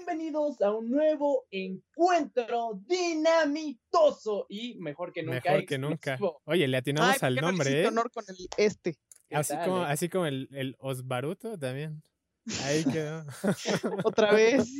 bienvenidos a un nuevo encuentro dinamitoso y mejor que nunca. Mejor que nunca. Oye, le atinamos ¿por al qué no le nombre, hiciste ¿eh? honor con el este. ¿Qué Así tal, como, eh? así como el, el Osbaruto también. Ahí quedó. Otra vez.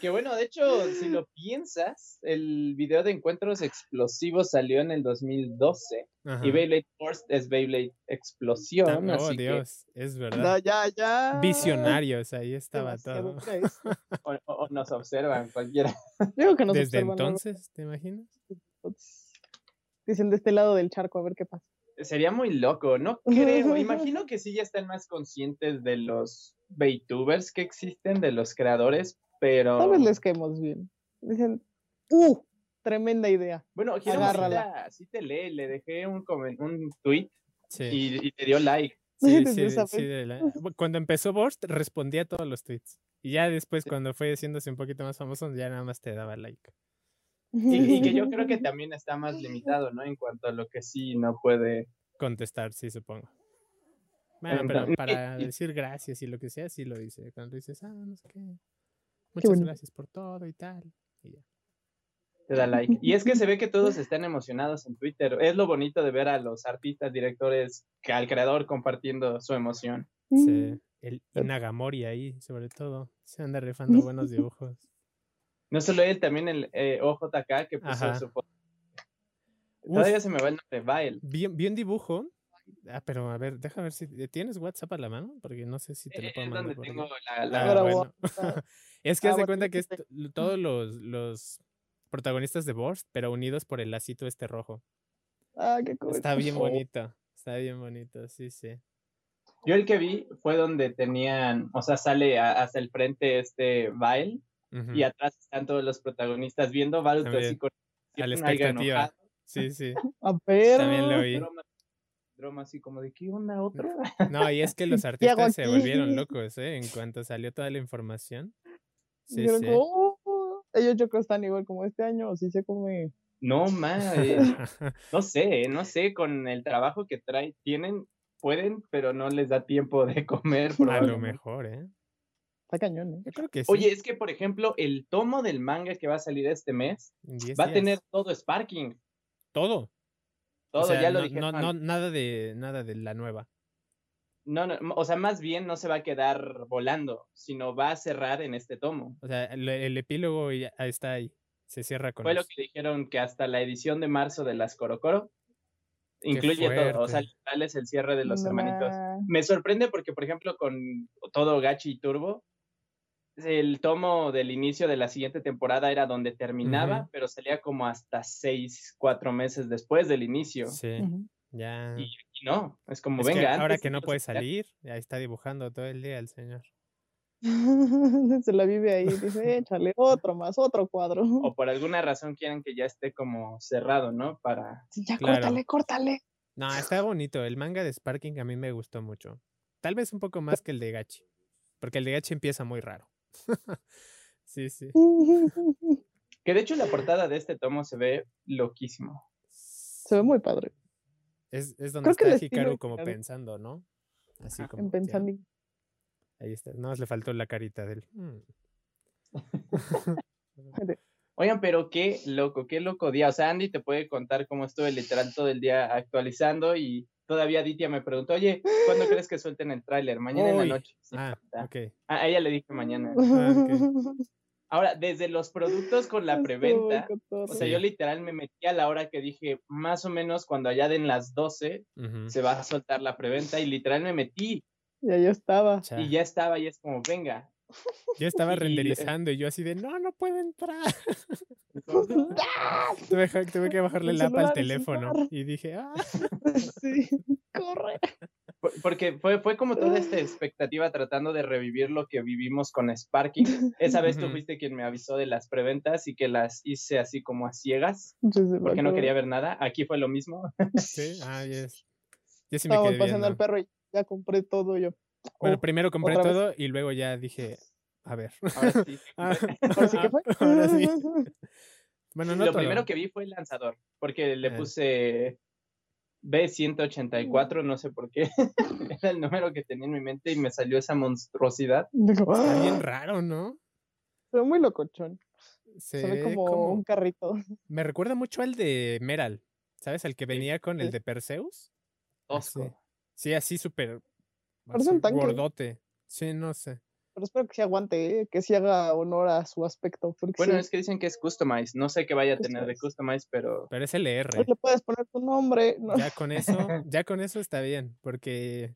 Que bueno, de hecho, si lo piensas, el video de encuentros explosivos salió en el 2012 Ajá. y Beyblade Force es Beyblade Explosión. Tam- Oh, así que Dios, es No, Ah, verdad. ya, ya. Visionarios, ahí estaba Demasiado todo. para eso. o- o- o nos observan cualquiera. Digo que nos Desde observan algo. entonces, ¿te imaginas? Dicen de este lado del charco, a ver qué pasa. Sería muy loco, ¿no? Creo, imagino que sí ya están más conscientes de los VTubers que existen, de los creadores, pero... Tal vez les caemos bien. Dicen, ¡uh! Tremenda idea. Bueno, Hiromu sí Agárrala. la- sí te lee, le dejé un, comen- un tweet Sí. y, y te dio like. Sí, Desde sí, esa sí, de la- bu- Cuando empezó Borst, respondía a todos los tweets. Y ya después, cuando fue haciéndose un poquito más famoso, ya nada más te daba like. Y, y que yo creo que también está más limitado, ¿no? En cuanto a lo que sí no puede. Contestar, sí, supongo. Bueno, Em, pero y- para y- decir gracias y lo que sea, sí lo dice. Cuando dices, ah, no sé qué. Muchas bonito. gracias por todo y tal. y ya. Te da like. Y es que se ve que todos están emocionados en Twitter. Es lo bonito de ver a los artistas, directores, que- al creador compartiendo su emoción. Mm. Sí, El Em. Inagamori ahí, sobre todo. Se anda rifando buenos dibujos. No solo él, también el eh, OJK que puso Ajá. su foto. Uf. Todavía se me va el nombre, Bael. Vi, vi un dibujo. Ah, pero a ver, deja ver si. ¿Tienes WhatsApp a la mano? Porque no sé si te Eh, lo Es puedo mandar. donde por ahí. tengo la... la- Ah, Ahora voy bueno. a- es que Ah, haz de bueno, cuenta que es sí, t- l- todos los, los protagonistas de Borst, pero unidos por el lacito este rojo. Ah, qué cool. Está bien Oh. bonito. Está bien bonito, sí, sí. Yo el que vi fue donde tenían, o sea, sale a- hacia el frente este Bael Ujú, y atrás están todos los protagonistas viendo Baruto así También, con a la con algo expectativa. enojado, Sí, sí. A ver. También lo vi. Droma, Droma así como de ¿qué onda otro? No, y es que los ¿Qué hago artistas se volvieron aquí? locos, ¿eh? En cuanto salió toda la información. Sí, Dijeron sí. como, "Oh". Ellos yo creo que están igual como este año, o sí se come. No más, pues, no sé, no sé con el trabajo que trae tienen pueden, pero no les da tiempo de comer a lo probablemente. mejor, ¿eh? Está cañón, ¿eh? Yo creo que sí. Oye, es que por ejemplo, el tomo del manga que va a salir este mes en 10 va a días. tener todo Sparking, todo. O todo, sea, ya lo no, dije. no- no- nada de nada de la nueva. No, no, m- o sea, más bien no se va a quedar volando, sino va a cerrar en este tomo. O sea, el, el epílogo ya está ahí. Se cierra con Fue lo eso. que dijeron que hasta la edición de marzo de las Coro Coro incluye todo, o sea, fuerte. literal es el cierre de los No hermanitos. más. Me sorprende porque, por ejemplo, con todo Gachi y Turbo, el tomo del inicio de la siguiente temporada era donde terminaba, Ujú. pero salía como hasta seis, cuatro meses después del inicio. Sí, Ujú. ya. Y aquí no, es como Es que venga. ahora antes que no quiero puede sacar". salir, ahí está dibujando todo el día el señor. se la vive ahí, dice, échale otro más, otro cuadro. O por alguna razón quieren que ya esté como cerrado, ¿no? Para Sí, ya claro. córtale, córtale. No, está bonito. El manga de Sparking a mí me gustó mucho. Tal vez un poco más que el de Gachi. Porque el de Gachi empieza muy raro. sí, sí. Que de hecho la portada de este tomo se ve loquísimo. Se ve muy padre, Es, es donde Creo que el está estilo Hikaru de como Hikaru. pensando, ¿no? Así Ajá, como. en ya, pensando. ahí está. Nada más le faltó la carita del. "Mm". Oigan, pero qué loco, qué loco día. O sea, Andy te puede contar cómo estuve literal todo el día actualizando y todavía Ditia me preguntó, oye, ¿cuándo crees que suelten el tráiler? Mañana en Hoy. la noche. Sí, Ah, está. ok. A a ella le dije mañana. Ah, ok. Ahora, desde los productos con la Estuvo preventa, cotorro. o sea, yo Sí. literal me metí a la hora que dije, más o menos cuando allá den las 12 ujú, se va a soltar la preventa y literal me metí Ya yo estaba. cha. y ya estaba y es como, venga. Yo estaba Y- renderizando y yo así de, no, no puedo entrar. ¡Ah! Tuve, ja- tuve que bajarle Mi la app celular, al mi teléfono celular. y dije, ah, Sí, corre. Por- Porque fue, fue como toda esta expectativa tratando de revivir lo que vivimos con Sparking. Esa vez tú Ujú. fuiste quien me avisó de las preventas y que las hice así como a ciegas, Yo se me porque no acuerdo. quería ver nada. Aquí fue lo mismo. sí, ah, yes. Yo sí me Estábamos quedé pasando al viendo. perro y ya compré todo yo. Bueno, Oh, primero compré otra vez. todo y luego ya dije, a ver. Ahora sí. Ah, Pues, ahora sí que fue. ahora sí. Bueno, no lo todo. primero que vi fue el lanzador, porque le Ah. puse B184, no sé por qué. Era el número que tenía en mi mente y me salió esa monstruosidad. Digo, Está "Ah". bien raro, ¿no? Pero muy locochón. Se Se ve como, un carrito. Me recuerda mucho al de Meral, ¿sabes? Al que venía con el Sí. de Perseus. Tosco. Así. Ah, Sí, así súper. Parece un así tanque. Gordote. Sí, no sé. Pero espero que se aguante, ¿eh? que se haga honor a su aspecto. Porque Bueno, sí, es que dicen que es customized. No sé qué vaya a tener de customized, pero Pero es LR. pues le puedes poner tu nombre. ¿no? Ya con eso, ya con eso está bien, porque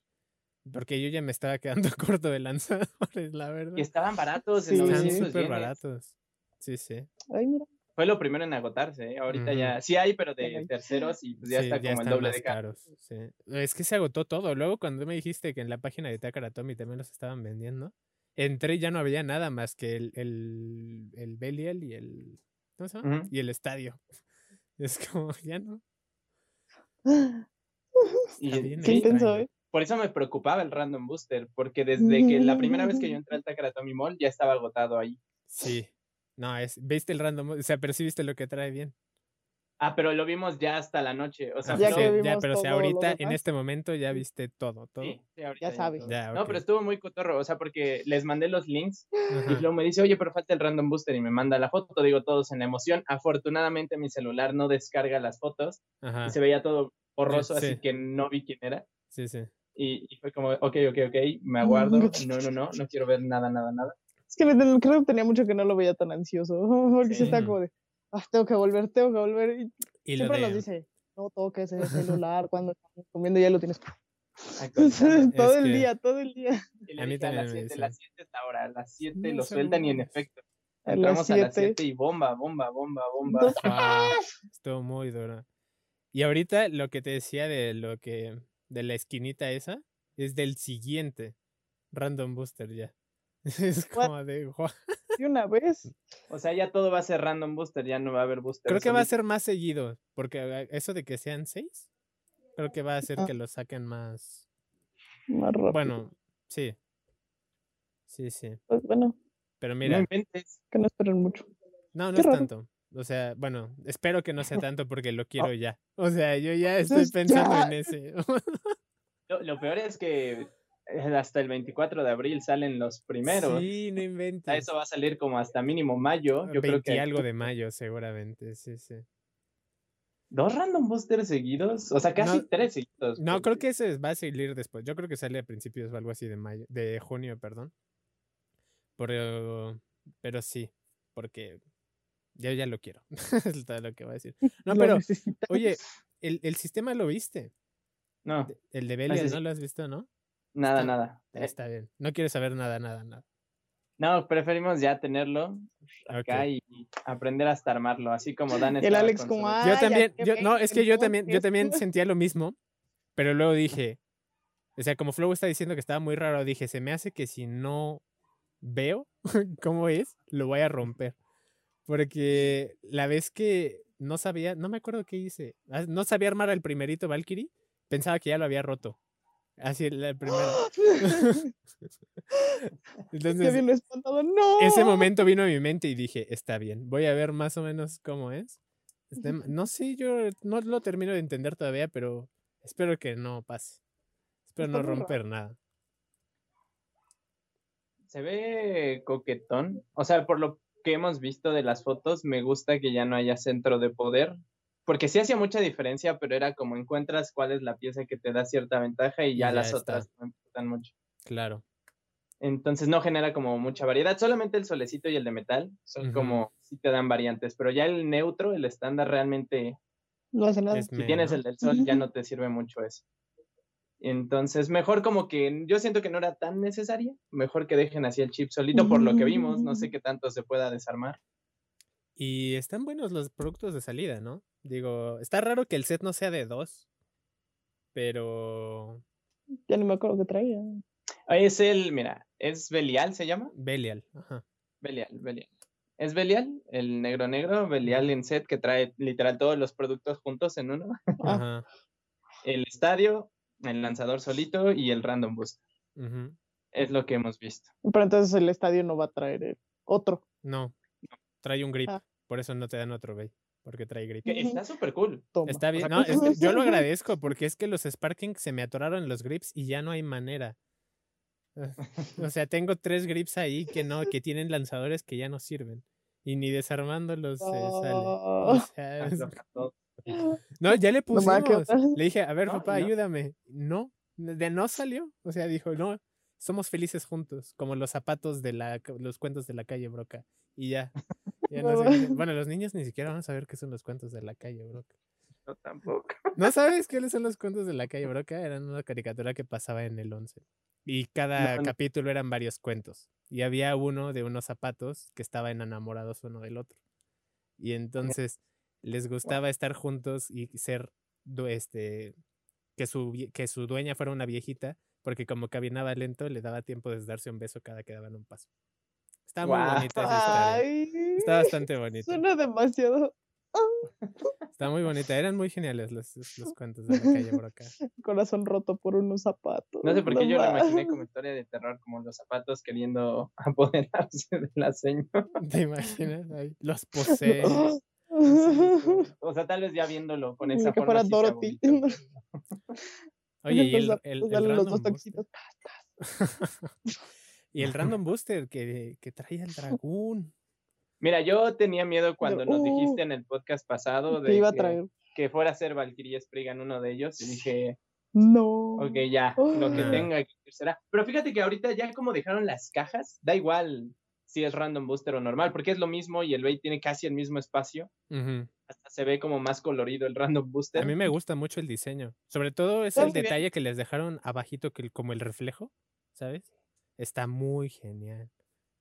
porque yo ya me estaba quedando corto de lanzadores, la verdad. y estaban baratos en Sí, Están 900 súper yenes. baratos. Sí, sí. Ay, mira. Fue lo primero en agotarse. ¿eh? Ahorita ya sí hay, pero de Ok. terceros y pues ya Sí, está como el están doble más de caro. caros. sí. Es que se agotó todo. Luego cuando me dijiste que en la página de Takara Tomy también los estaban vendiendo, entré y ya no había nada más que el, el, el Belial y el ¿cómo se llama? Ujú. y el estadio. Es como, ya no. Y- está bien Qué sí, intenso, extraño. ¿eh? Por eso me preocupaba el Random Booster, porque desde que la primera vez que yo entré al Takaratomi Mall ya estaba agotado ahí. Sí. No, es, viste el random, o sea, percibiste lo que trae bien. Ah, pero lo vimos ya hasta la noche. O sea, Ah, Ya no- sí, que vimos pero si todo lo ahorita, en demás. este momento, ya viste todo, todo. sí, sí, ahorita sabes. todo. Ya, No, ok. pero estuvo muy cotorro, o sea, porque les mandé los links y Ajá. luego me dice, oye, pero falta el Random Booster y me manda la foto. Digo, todos en la emoción. Afortunadamente mi celular no descarga las fotos Ajá. y se veía todo borroso, Ah. sí. así que no vi quién era. Sí, sí. Y, y fue como, ok, ok, ok, me aguardo. No, no, no, no quiero ver nada, nada, nada. Es que le ten- creo que tenía mucho que no lo veía tan ansioso. Porque sí, estaba Sí. como de, ah, tengo que volver, tengo que volver. Y Y lo siempre nos de, dice, no toques el celular cuando estamos comiendo, ya lo tienes. actualizando. todo Es el que- día, todo el día. Y le A mí dije, también las me 7, dicen. las 7 es la hora, a las 7 No lo sueltan y en saludes. efecto. A las Entramos a las siete. 7 y bomba, bomba, bomba, bomba. Dos- "Guau, Ah, estuvo muy duro. Y ahorita lo que te decía de lo que, de la esquinita esa, es del siguiente Random Booster ya. Es What? como de, "Guau". De una vez. O sea, ya todo va a ser random booster, ya no va a haber booster. Creo que va a ser más seguido, porque a- eso de que sean seis, creo que va a hacer Ah. que lo saquen más. Más rápido. Bueno, sí. Sí, sí. Pues bueno, Pero Mira. mira, No inventes. que no esperen mucho. No, no Qué es raro. tanto. O sea, bueno, espero que no sea tanto porque lo quiero ya. O sea, yo ya estoy Entonces, pensando Ah, pues, ya. en ese. Lo, lo peor es que eh, hasta el 24 de abril salen los primeros. Sí, no O sea, inventes. eso va a salir como hasta mínimo mayo. Yo 20 creo que algo de mayo, seguramente. Sí, sí. dos random boosters seguidos. O sea, casi tres seguidos. No, porque- creo que ese va a salir después. Yo creo que sale a principios o algo así de mayo, de junio, perdón. Pero, pero sí, porque yo ya lo quiero. es todo lo que voy a decir. No, Lo pero, necesitamos. oye, el, el sistema lo viste. No, El de Belial, sí, ¿no sí. lo has visto, no? nada, está- nada. Eh, Está bien. No quiero saber nada, nada, nada. No, preferimos ya tenerlo acá Ok. y aprender hasta armarlo, así como Dan El estaba Alex con como, su- "Ah, yo ya también, sé, yo- ok, no, es que yo también, yo entonces". también sentía lo mismo, pero luego dije, o sea, como Flow está diciendo que estaba muy raro, dije, se me hace que si no veo cómo es, lo voy a romper. Porque la vez que no sabía, no me acuerdo qué hice, ah, no sabía armar al primerito Valkyrie, pensaba que ya lo había roto. Así, el el primero. Se Entonces, vino espantado. No. ese momento vino a mi mente y dije, está bien, voy a ver más o menos cómo es. Está m- no sé, yo no lo termino de entender todavía, pero espero que no pase. Espero no Está muy raro. romper nada. Se ve coquetón. O sea, por lo que hemos visto de las fotos, me gusta que ya no haya centro de poder. Porque sí hacía mucha diferencia, pero era como encuentras cuál es la pieza que te da cierta ventaja y Y ya ya las está. otras no importan mucho. Claro. Entonces no genera como mucha variedad. Solamente el solecito y el de metal son Ujú. como sí te dan variantes, pero ya el neutro, el estándar realmente No hace nada. es si me, tienes ¿no? el del sol ya Ujú. no te sirve mucho eso. Entonces, mejor como que yo siento que no era tan necesaria, mejor que dejen así el chip solito por lo que vimos, no sé qué tanto se pueda desarmar. Y están buenos los productos de salida, ¿no? Digo, está raro que el set no sea de dos, pero... Ya ni me acuerdo qué traía. Ah, Es el, mira, es Belial se llama, Belial. Ajá. Belial, Belial. Es Belial, el negro negro, Belial en set que trae literal todos los productos juntos en uno, Ah, Ajá. el estadio, el lanzador solito y el random boost. ujú. Es lo que hemos visto. Pero entonces el estadio no va a traer el otro. No, trae un grip. Ah. Por eso no te dan otro, güey. Porque trae grip. Que Ujú. Está súper cool. Toma. Está O bien, sea, no, es que yo lo ujú. agradezco porque es que los Sparking se me atoraron los grips y ya no hay manera. Ah, O sea, tengo tres grips ahí que no, que tienen lanzadores que ya no sirven. Y ni desarmándolos eh, sale. Oh. Ah, O sea, es- no, ya le No mames, pusimos. ¿qué tal? Le dije, a ver, No, papá, no. ayúdame. No, de no salió. O sea, dijo, no, somos felices juntos, como los zapatos de la, ca- los cuentos de la calle Broca. Y ya. ya no No sé qué- mames. bueno, los niños ni siquiera van a saber qué son los cuentos de la calle Broca. No, tampoco. ¿No sabes cuáles son los cuentos de la calle Broca? Eran una caricatura que pasaba en el 11. Y cada No, no. capítulo eran varios cuentos. Y había uno de unos zapatos que estaban enamorados uno del otro. Y entonces les gustaba estar juntos y ser, du- este, que su, vie- que su dueña fuera una viejita, porque como caminaba lento, le daba tiempo de darse un beso cada que daban un paso. Está muy Guau. bonita esa historia. Ay, Está bastante bonita. suena demasiado Está muy bonita. Eran muy geniales los, los cuentos de la calle Broca. corazón roto por unos zapatos. No sé por qué yo lo ma- imaginé como historia de terror, como los zapatos queriendo apoderarse de la señora. ¿Te imaginas? Ay, los posee. O sea, tal vez ya viéndolo con Ni esa que forma fuera sí se Dorothy. agobia. Oye, y el, Los el- el zapatos salen los random dos booster. toquitos. y el random booster que, que trae el dragón. Mira, yo tenía miedo cuando nos dijiste "Uh, en el podcast pasado de Que iba a que- traer. que fuera a ser Valkyrie Spriggan uno de ellos y dije, No. ok, ya, lo que Ah. tenga que hacer será. Pero fíjate que ahorita ya como dejaron las cajas, da igual si es Random Booster o normal, porque es lo mismo y el bait tiene casi el mismo espacio. Ujú. Hasta se ve como más colorido el Random Booster. A mí me gusta mucho el diseño. Sobre todo es Está el muy bien. detalle que les dejaron abajito que el- como el reflejo, ¿sabes? Está muy genial.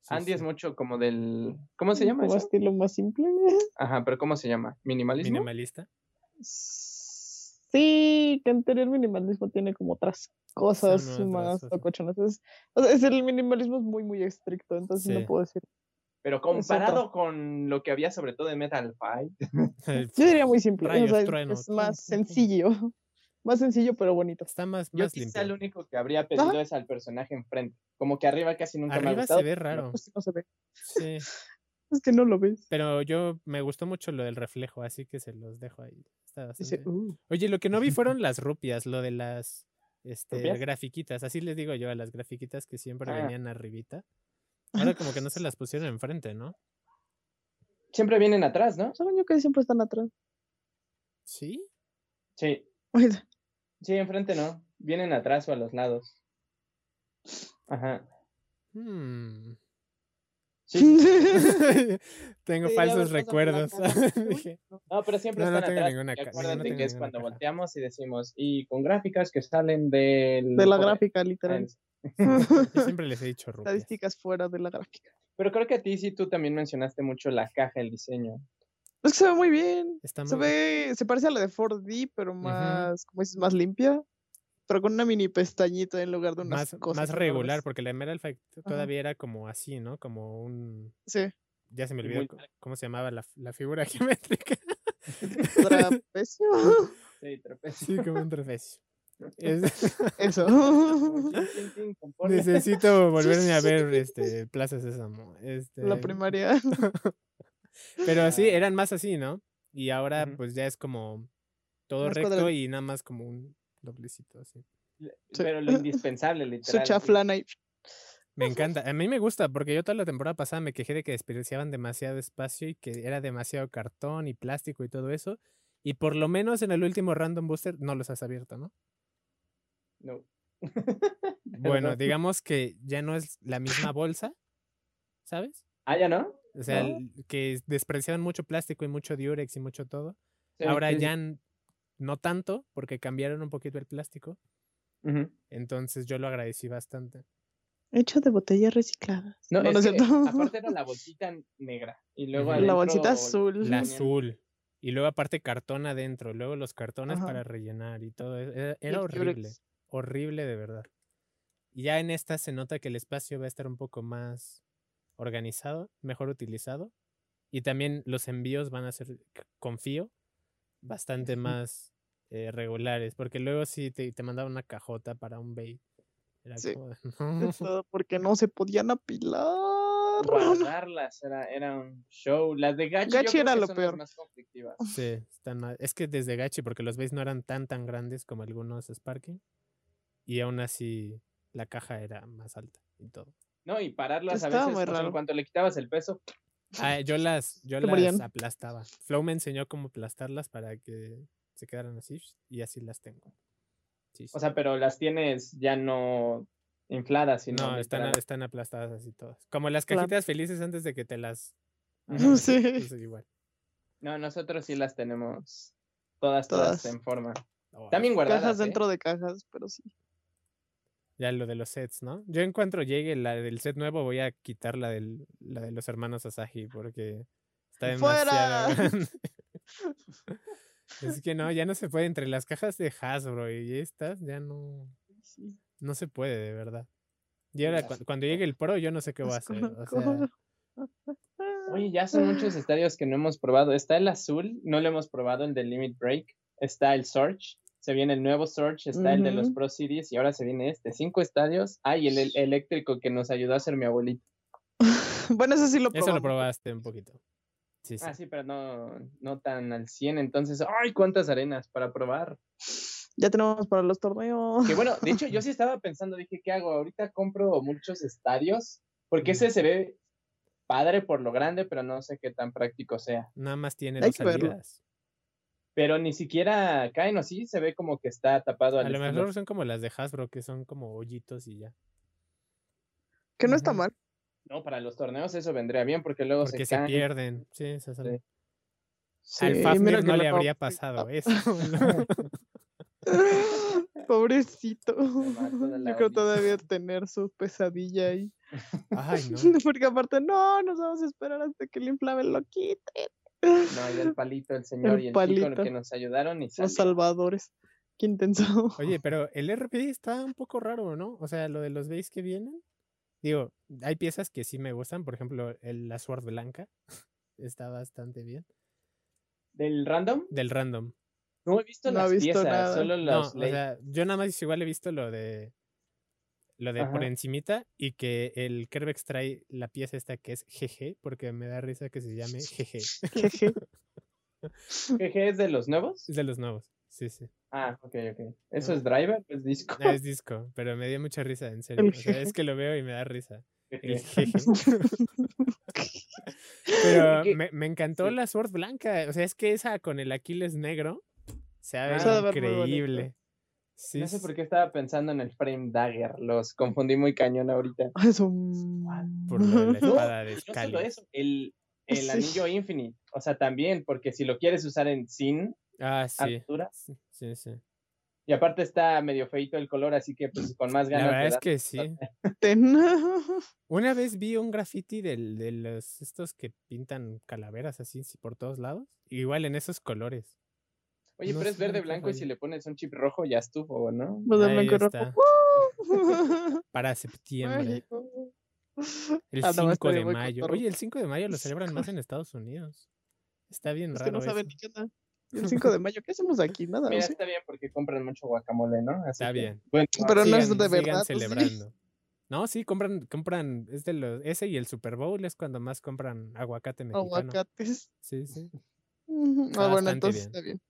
Sí, Andy es sí. Mm, pues mucho como del... ¿Cómo se llama Como eso? estilo más simple. Ajá, pero ¿cómo se llama? ¿Minimalismo? minimalista. Sí, que anterior minimalismo tiene como otras cosas unas de las más cosas. locochonas. Es, o sea, es el minimalismo es muy, muy estricto, entonces Sí. no puedo decir. Pero comparado con lo que había sobre todo en Metal Fight, El- Yo diría muy simple. o Rayos, sea, es- trueno, es tum, más tum, tum. sencillo. Más sencillo, pero bonito. Está más, yo más quizá lo limpio. único que habría pedido es al personaje enfrente. Como que arriba casi nunca me ha Arriba gustado. se ve pero raro. Pues no se ve. Sí. Es que no lo ves. Pero yo me gustó mucho lo del reflejo, así que se los dejo ahí. Está Dice, bastante- "Uh, Oye, lo que no vi fueron las rupias, lo de las este, ¿Rupias? grafiquitas. Así les digo yo a las grafiquitas que siempre Ah. venían arribita. Ahora como que no se las pusieron enfrente, ¿no? Siempre vienen atrás, ¿no? ¿saben yo que siempre están atrás? Sí. Sí, sí, enfrente no. Vienen atrás o a los lados. Ajá. Hmm. Sí. Tengo Sí, ya falsos ves, pásame la recuerdos. cara. Dije, No, pero siempre No, no están tengo atrás. ninguna porque ca- no, no acuérdate tengo que es ninguna cuando caja. volteamos y decimos, y con gráficas que salen del. De la poder". gráfica, Ah, literal. es- yo siempre les he dicho rupias. Estadísticas fuera de la gráfica. Pero creo que a ti sí tú también mencionaste mucho la caja, el diseño. Es que se ve muy bien. Está Se muy bien. ve, se parece a la de 4D, pero más, como dices, más limpia. Pero con una mini pestañita en lugar de unas más, cosas. más regular, enormes. porque la Emerald Fight todavía era como así, ¿no? Como un... Sí, Ya se me Sí, olvidó muy co- cómo se llamaba la, f- la figura geométrica. trapecio. Sí, pues, trapecio. Sí, como un trapecio. Es- Eso. Como chin, chin, chin, conforme. Necesito volverme a sí. ver este, Plaza Sésamo. Este, la primaria. Pero sí, Ah. eran más así, ¿no? Y ahora Ujú. pues ya es como todo Más recto cuadrado. y nada más como un doblecito así. Sí. Pero lo indispensable, Su literal. así. chaflana y Me encanta. A mí me gusta porque yo toda la temporada pasada me quejé de que desperdiciaban demasiado espacio y que era demasiado cartón y plástico y todo eso. Y por lo menos en el último Random Booster no los has abierto, ¿no? No. Bueno, Perdón. digamos que ya no es la misma bolsa, ¿sabes? Ah, ya no. O sea, ¿No? el- que despreciaban mucho plástico y mucho diurex y mucho todo. Sí, Ahora sí, sí. ya n- no tanto, porque cambiaron un poquito el plástico. Ujú. Entonces yo lo agradecí bastante. hecho de botellas recicladas. No, es que cierto. aparte era la bolsita negra y luego Ujú. La bolsita adentro azul. La Ujú. azul. Y luego aparte cartón adentro, luego los cartones Ajá. para rellenar y todo. eso. Era, Y era el horrible, Durex. horrible de verdad. Y ya en esta se nota que el espacio va a estar un poco más organizado, mejor utilizado. Y también los envíos van a ser, c- confío, bastante más eh, regulares. Porque luego si te, te mandaban una cajota para un bait. Era Sí. como, "No". Todo porque no se podían apilar. guardarlas era, era un show. Las de Gachi, yo Gachi creo era que lo son las peor. más conflictivas. Sí, están a- es que desde Gachi, porque los bays no eran tan tan grandes como algunos Sparking. Y aún así la caja era más alta y todo. No, y pararlas a Estaba veces, muy o sea, raro. en cuanto le quitabas el peso, Ah, yo las, yo Te morían. las aplastaba. Flow me enseñó cómo aplastarlas para que se quedaran así y así las tengo. Sí, o sí. sea, pero las tienes ya no infladas, sino... no, están, literal. están aplastadas así todas. Como las Claro. cajitas felices antes de que te las... Ujú. Sí. Pues igual. No, nosotros sí las tenemos todas, todas, Todas. en forma. Oh, También guardadas, Cajas ¿eh? dentro de cajas, pero sí. Ya lo de los sets, ¿no? Yo en cuanto llegue la del set nuevo voy a quitar la, del, la de los hermanos Asahi porque está demasiado ¡Fuera! grande. es que no, ya no se puede. Entre las cajas de Hasbro y estas ya no, sí. no se puede, de verdad. Y ahora Ya cu- se cuando llegue el pro yo no sé qué voy a Las hacer. O sea, conozco. Oye, ya son muchos estadios que no hemos probado. Está el azul, no lo hemos probado, el de Limit Break. Está el Search, se viene el nuevo Search, está el de los Ujú. Pro Series y ahora se viene este. Cinco estadios. Ah, y el, el eléctrico que nos ayudó a hacer mi abuelito. Bueno, eso sí lo probamos. eso lo probaste un poquito. Sí, sí. Ah, sí, pero no, no tan al 100. Entonces, ¡ay, cuántas arenas para probar! Ya tenemos para los torneos. Que bueno, de hecho, yo sí estaba pensando, dije, ¿qué hago? Ahorita compro muchos estadios, porque ese se ve padre por lo grande, pero no sé qué tan práctico sea. Nada más tiene Hay dos que verlo. salidas. Pero ni siquiera caen, o sí, se ve como que está tapado A al lo estilo mejor son como las de Hasbro que son como hoyitos y ya. Que no está Ujú. mal. No, para los torneos eso vendría bien porque luego Porque se, se caen. pierden. Sí, se salen. Sí, Al y Fafnir mira que no lo le habría prob- pasado eso. ¿no? Pobrecito. va toda la Yo creo olla. todavía tener su pesadilla ahí. Ay, no. Porque aparte, no, nos vamos a esperar hasta que el inflame lo quite. No, y el palito, el señor El y el chico palito. que nos ayudaron y Los salió. salvadores. Qué intenso. Oye, pero el RP está un poco raro, ¿no? O sea, lo de los bays que vienen. Digo, hay piezas que sí me gustan. Por ejemplo, el, la Sword Blanca está bastante bien. ¿Del random? Del random. No he visto No he las visto piezas, nada. solo No, los o ley- sea, yo nada más igual he visto lo de. Lo de por Ajá. encimita y que el Kerbex trae la pieza esta que es GG, porque me da risa que se llame GG. Jeje. GG es de los nuevos. Es de los nuevos. Sí, sí. Ah, ok, ok. ¿Eso es driver? ¿Es disco? Ah, es disco, pero me dio mucha risa, en serio. O sea, es que lo veo y me da risa. El jeje. Pero Que- me, me encantó sí. la Sword Blanca. O sea, es que esa con el Aquiles negro se Ah, ve se ha de ver muy bonito. increíble. Sí, No sé sí. por qué estaba pensando en el frame dagger, los confundí muy cañón ahorita. Ah, Es un... Por lo de la No, espada de No solo Excalibur. eso, el, el Sí. anillo infinite, o sea, también, porque si lo quieres usar en sin Ah, sí. altura, Sí, sí. sí. y aparte está medio feito el color, así que pues con más La ganas. verdad te es das- que sí. Ten. Una vez vi un graffiti del- de los estos que pintan calaveras así sí, por todos lados. Igual en esos colores. Oye, no pero es sé, verde qué blanco y si rollo. le pones un chip rojo ya estuvo, ¿no? Lo de Ahí blanco y rojo. está. ¡Uh! Para septiembre. Mágico. El Ah, no, 5 estaría de muy mayo. cotorro. Oye, el 5 de mayo lo celebran más en Estados Unidos. Está bien Es raro. que no saben eso. ni qué onda. Y El 5 de mayo, ¿qué hacemos aquí? Nada. Mira, o sea, está bien porque compran mucho guacamole, ¿no? Así Está que, bien. Bueno, Pero no es Sigan- de sigan verdad. pues, sí. celebrando. No, sí, compran, compran, es de los, ese y el Super Bowl es cuando más compran aguacate mexicano. Aguacates. Sí, sí. Ujú. Está Ah, bueno, bastante entonces bien. está bien.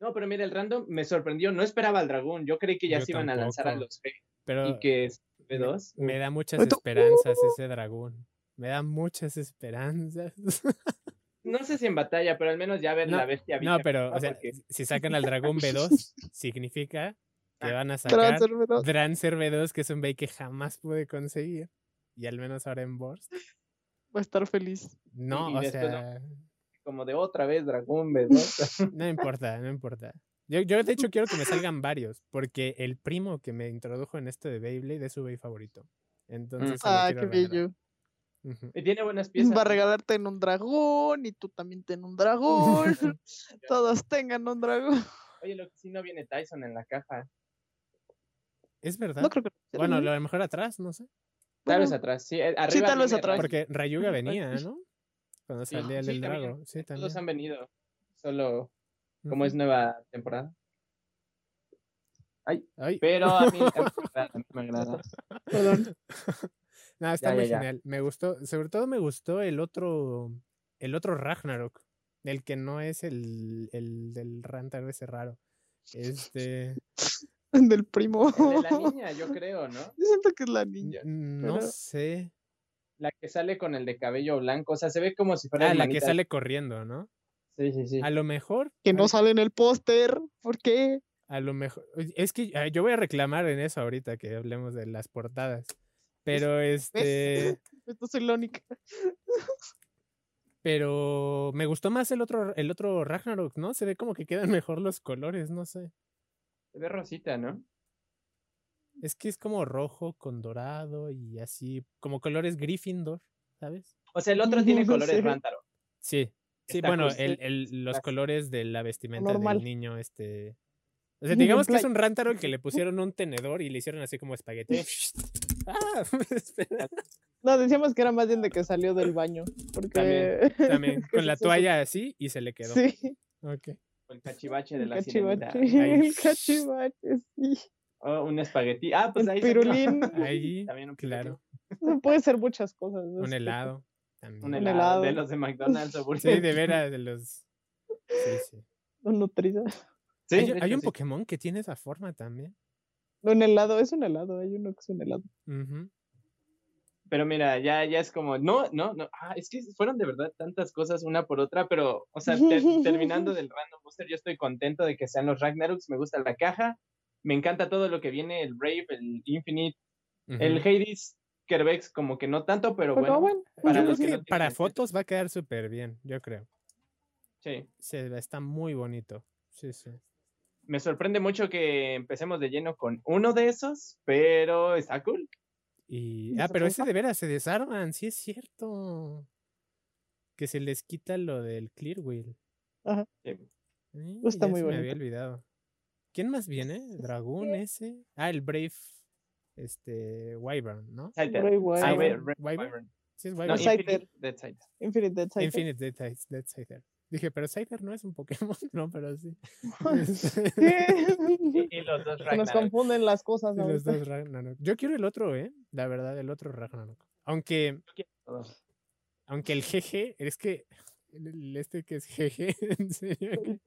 no, pero mira, el random me sorprendió, no esperaba al dragón, yo creí que ya Yo se iban a lanzar a tampoco. los G Pero y que es B2. me da muchas Ahorita- esperanzas uh. ese dragón. Me da muchas esperanzas. No sé si en batalla, pero al menos ya ver No, la bestia viva, no, pero, o sea, Porque- si sacan al dragón B2, significa que Ah, van a sacar Transfer, ¿verdad? Drancer B2, que es un bait que jamás pude conseguir. Y al menos ahora en Borst. Va a estar feliz. No, y o después no- sea, como de otra vez dragón B2. No importa, no importa. Yo, yo de hecho quiero que me salgan varios, porque el primo que me introdujo en esto de Beyblade es su Bey favorito. Mm. Entonces, se lo Ah, quiero qué regalar. bello. Ujú. y tiene buenas piezas. Va a ¿no? regalarte en un dragón y tú también ten un dragón. Todos tengan un dragón. Oye, lo que sí no viene Tyson en la caja. Es verdad. No creo que. lo bueno, quieran, lo- a lo mejor atrás, no sé. Tal vez Bueno, atrás, sí. eh, Arriba tal vez viene Ryzen, atrás. Porque Rayuga venía, sí. ¿no? Cuando Sí, salía el sí, del también. Drago. Sí, también. Todos han venido. Solo como Ujú. es nueva temporada. Ay, Pero a mí tampoco me agrada, me agrada. Perdón. no, está ya, muy ya. genial. Me gustó, sobre todo me gustó el otro, el otro Ragnarok, el que no es el, el del Rantar ese raro. Este. Del primo. El de la niña, yo creo, ¿no? Yo siento que es la niña. No Pero- sé. La que sale con el de cabello blanco, o sea, se ve como si fuera Ah, la que hermanita. sale corriendo, ¿no? Sí, sí, sí. A lo mejor. Que a- no sale en el póster. ¿Por qué? A lo mejor. oye, Es que ah, yo voy a reclamar en eso ahorita que hablemos de las portadas. Pero pues este. Esto soy la única. Pero me gustó más el otro, el otro Ragnarok, ¿no? Se ve como que quedan mejor los colores, no sé. Se ve rosita, ¿no? Es que es como rojo con dorado y así, como colores Gryffindor, ¿sabes? O sea, el otro tiene No colores sé. rántaro. Sí. Sí, Está bueno, justo el- el- los clásico. colores de la vestimenta normal. del niño, este. O sea, Niño en digamos que es playa. un rántaro al que le pusieron un tenedor y le hicieron así como espagueti. ah, espera. No, decíamos que era más bien de que salió del baño. Porque. También, También, que con se la hizo su- toalla así y se le quedó. Sí, Ok. El cachivache de el la sirenita. cachivache. Ahí. El cachivache, sí. Oh, un espaguetí. Ah, pues El ahí. se- pirulín. Ahí, También un pirulín. claro. Puede ser muchas cosas. ¿no? Un Este, helado. Un También. helado, helado. de los de McDonald's o Burger Sí, de King. veras, de los. Sí, sí. Un nutriza. Sí, hay, de hay hecho, un sí. Pokémon que tiene esa forma también. Un helado, es un helado. Hay uno que es un helado. Ujú. Pero mira, ya, ya es como, no, no, no, ah, es que fueron de verdad tantas cosas una por otra, pero, o sea, ter- terminando del Random Booster, yo estoy contento de que sean los Ragnaroks, me gusta la caja, me encanta todo lo que viene, el Brave, el Infinite, el Ujú. Pues Hades, Kerbex, como que no tanto, pero Pero bueno, Yo Pues bueno, para creo los que que no tienen para acceso. fotos va a quedar súper bien, yo creo. sí. Se, ve- está muy bonito. Sí, sí. Me sorprende mucho que empecemos de lleno con uno de esos, pero está cool. Y, Y ah, se pero fue ese de veras se desarman, sí es cierto. Que se les quita lo del Clear Wheel. Ajá. Sí. Eh, Está ya muy se Me había bonito. olvidado. ¿Quién más viene? Dragón ese. Ah, el Brave. Este. Wyvern, ¿no? Saiter. Brave Wire, Ah, Wyvern. Bre- Bre- Wyvern. Wyvern. Sí, es No, Wyvern. Saiter. Infinite, Dead Saiter. Infinite Dead Cycle. Infinite Dead Scyther- Dead Scyther. Dije, pero Scyther no es un Pokémon, no, pero sí. Este, Sí. Y, y los dos Se nos Ragnarok. confunden las cosas. de los ahorita. dos Ragnarok. Yo quiero el otro, ¿eh? La verdad, el otro Ragnarok. Aunque Aunque el jeje, es que el- el este que es jeje, en serio, que-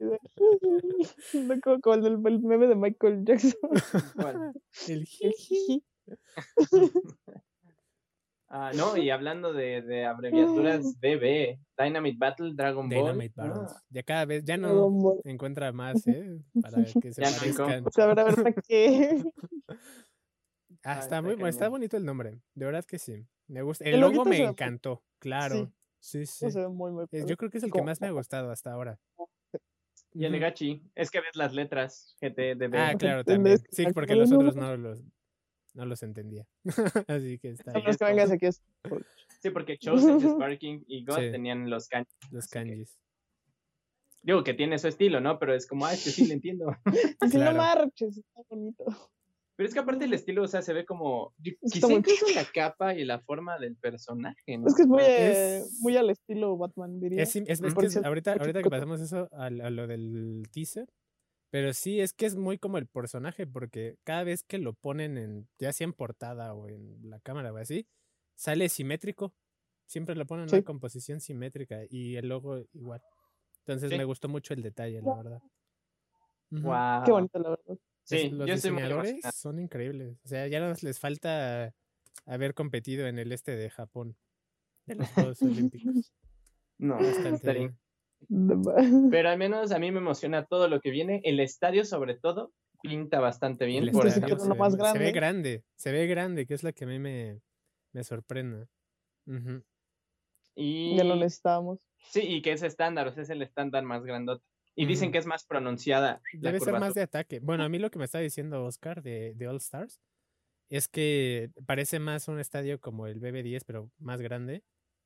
No, como, como el del el meme de Michael Jackson. ¿Cuál? el El jeje. jiji. Ah, no, y hablando de, de abreviaturas DB, Dynamite Battle, Dragon Ball. Dynamite Battles. ah, Ya cada vez, ya no Dragon Ball. encuentra más, ¿eh? Para que se Ya no hay cómo. parezcan. O sea, a ver, a ver, ¿para qué? Ah, Ah, está, está muy, está cañón. bonito el nombre, de verdad que sí. Me gusta. El, El logo loguito me se ve- encantó, claro. Sí, sí. Eso se ve muy, muy Es- padre. yo creo que es el que como- más me ha gustado hasta ahora. Y el Ujú. Gachi, es que ves las letras GTDB. Ah, Ajá, claro, el también. de- Sí, aquí porque lo los veo. otros no los, no los entendía. Así que está Son ahí. También. los que vengas aquí. es- Sí, porque Chosen, Sparking y God Sí. tenían los can Los Así que- kanjis. Digo que tiene su estilo, ¿no? Pero es como, ah, es que sí le entiendo. Así Claro. no marches, está bonito. Pero es que aparte el estilo, o sea, se ve como. yo- Mm. Está Quizá muy- incluso la capa y la forma del personaje, ¿no? Es que es muy, eh, Es- muy al estilo Batman, diría. Es, sim- es- es Por que es- cierto, ahorita, ocho ahorita que coto- pasamos eso a, lo- a lo del teaser, pero sí, es que es muy como el personaje, porque cada vez que lo ponen en, ya sea en portada o en la cámara o así, sale simétrico. Siempre lo ponen en Sí. una composición simétrica y el logo igual. Entonces Sí. me gustó mucho el detalle, la verdad. Ujú. Wow. Qué bonito, la verdad. Es- Sí, los yo estoy muy diseñadores emocionado. son increíbles. O sea, ya nada más les falta haber competido en el este de Japón, de los Juegos Olímpicos. No, Bastante estaría bien. De ma- Pero al menos a mí me emociona todo lo que viene. El estadio, sobre todo, pinta bastante bien. El este por estadio ejemplo. escenario es lo se, más ve, se ve grande. grande, se ve grande, que es la que a mí me, me sorprende. Ujú. Y, Ya lo necesitábamos. sí, y que es estándar, o sea, es el estándar más grandote. Y dicen Ujú. que es más pronunciada. La Debe ser más curvatura. de ataque. Bueno, a mí lo que me está diciendo Oscar de, de All Stars es que parece más un estadio como el BB10, pero más grande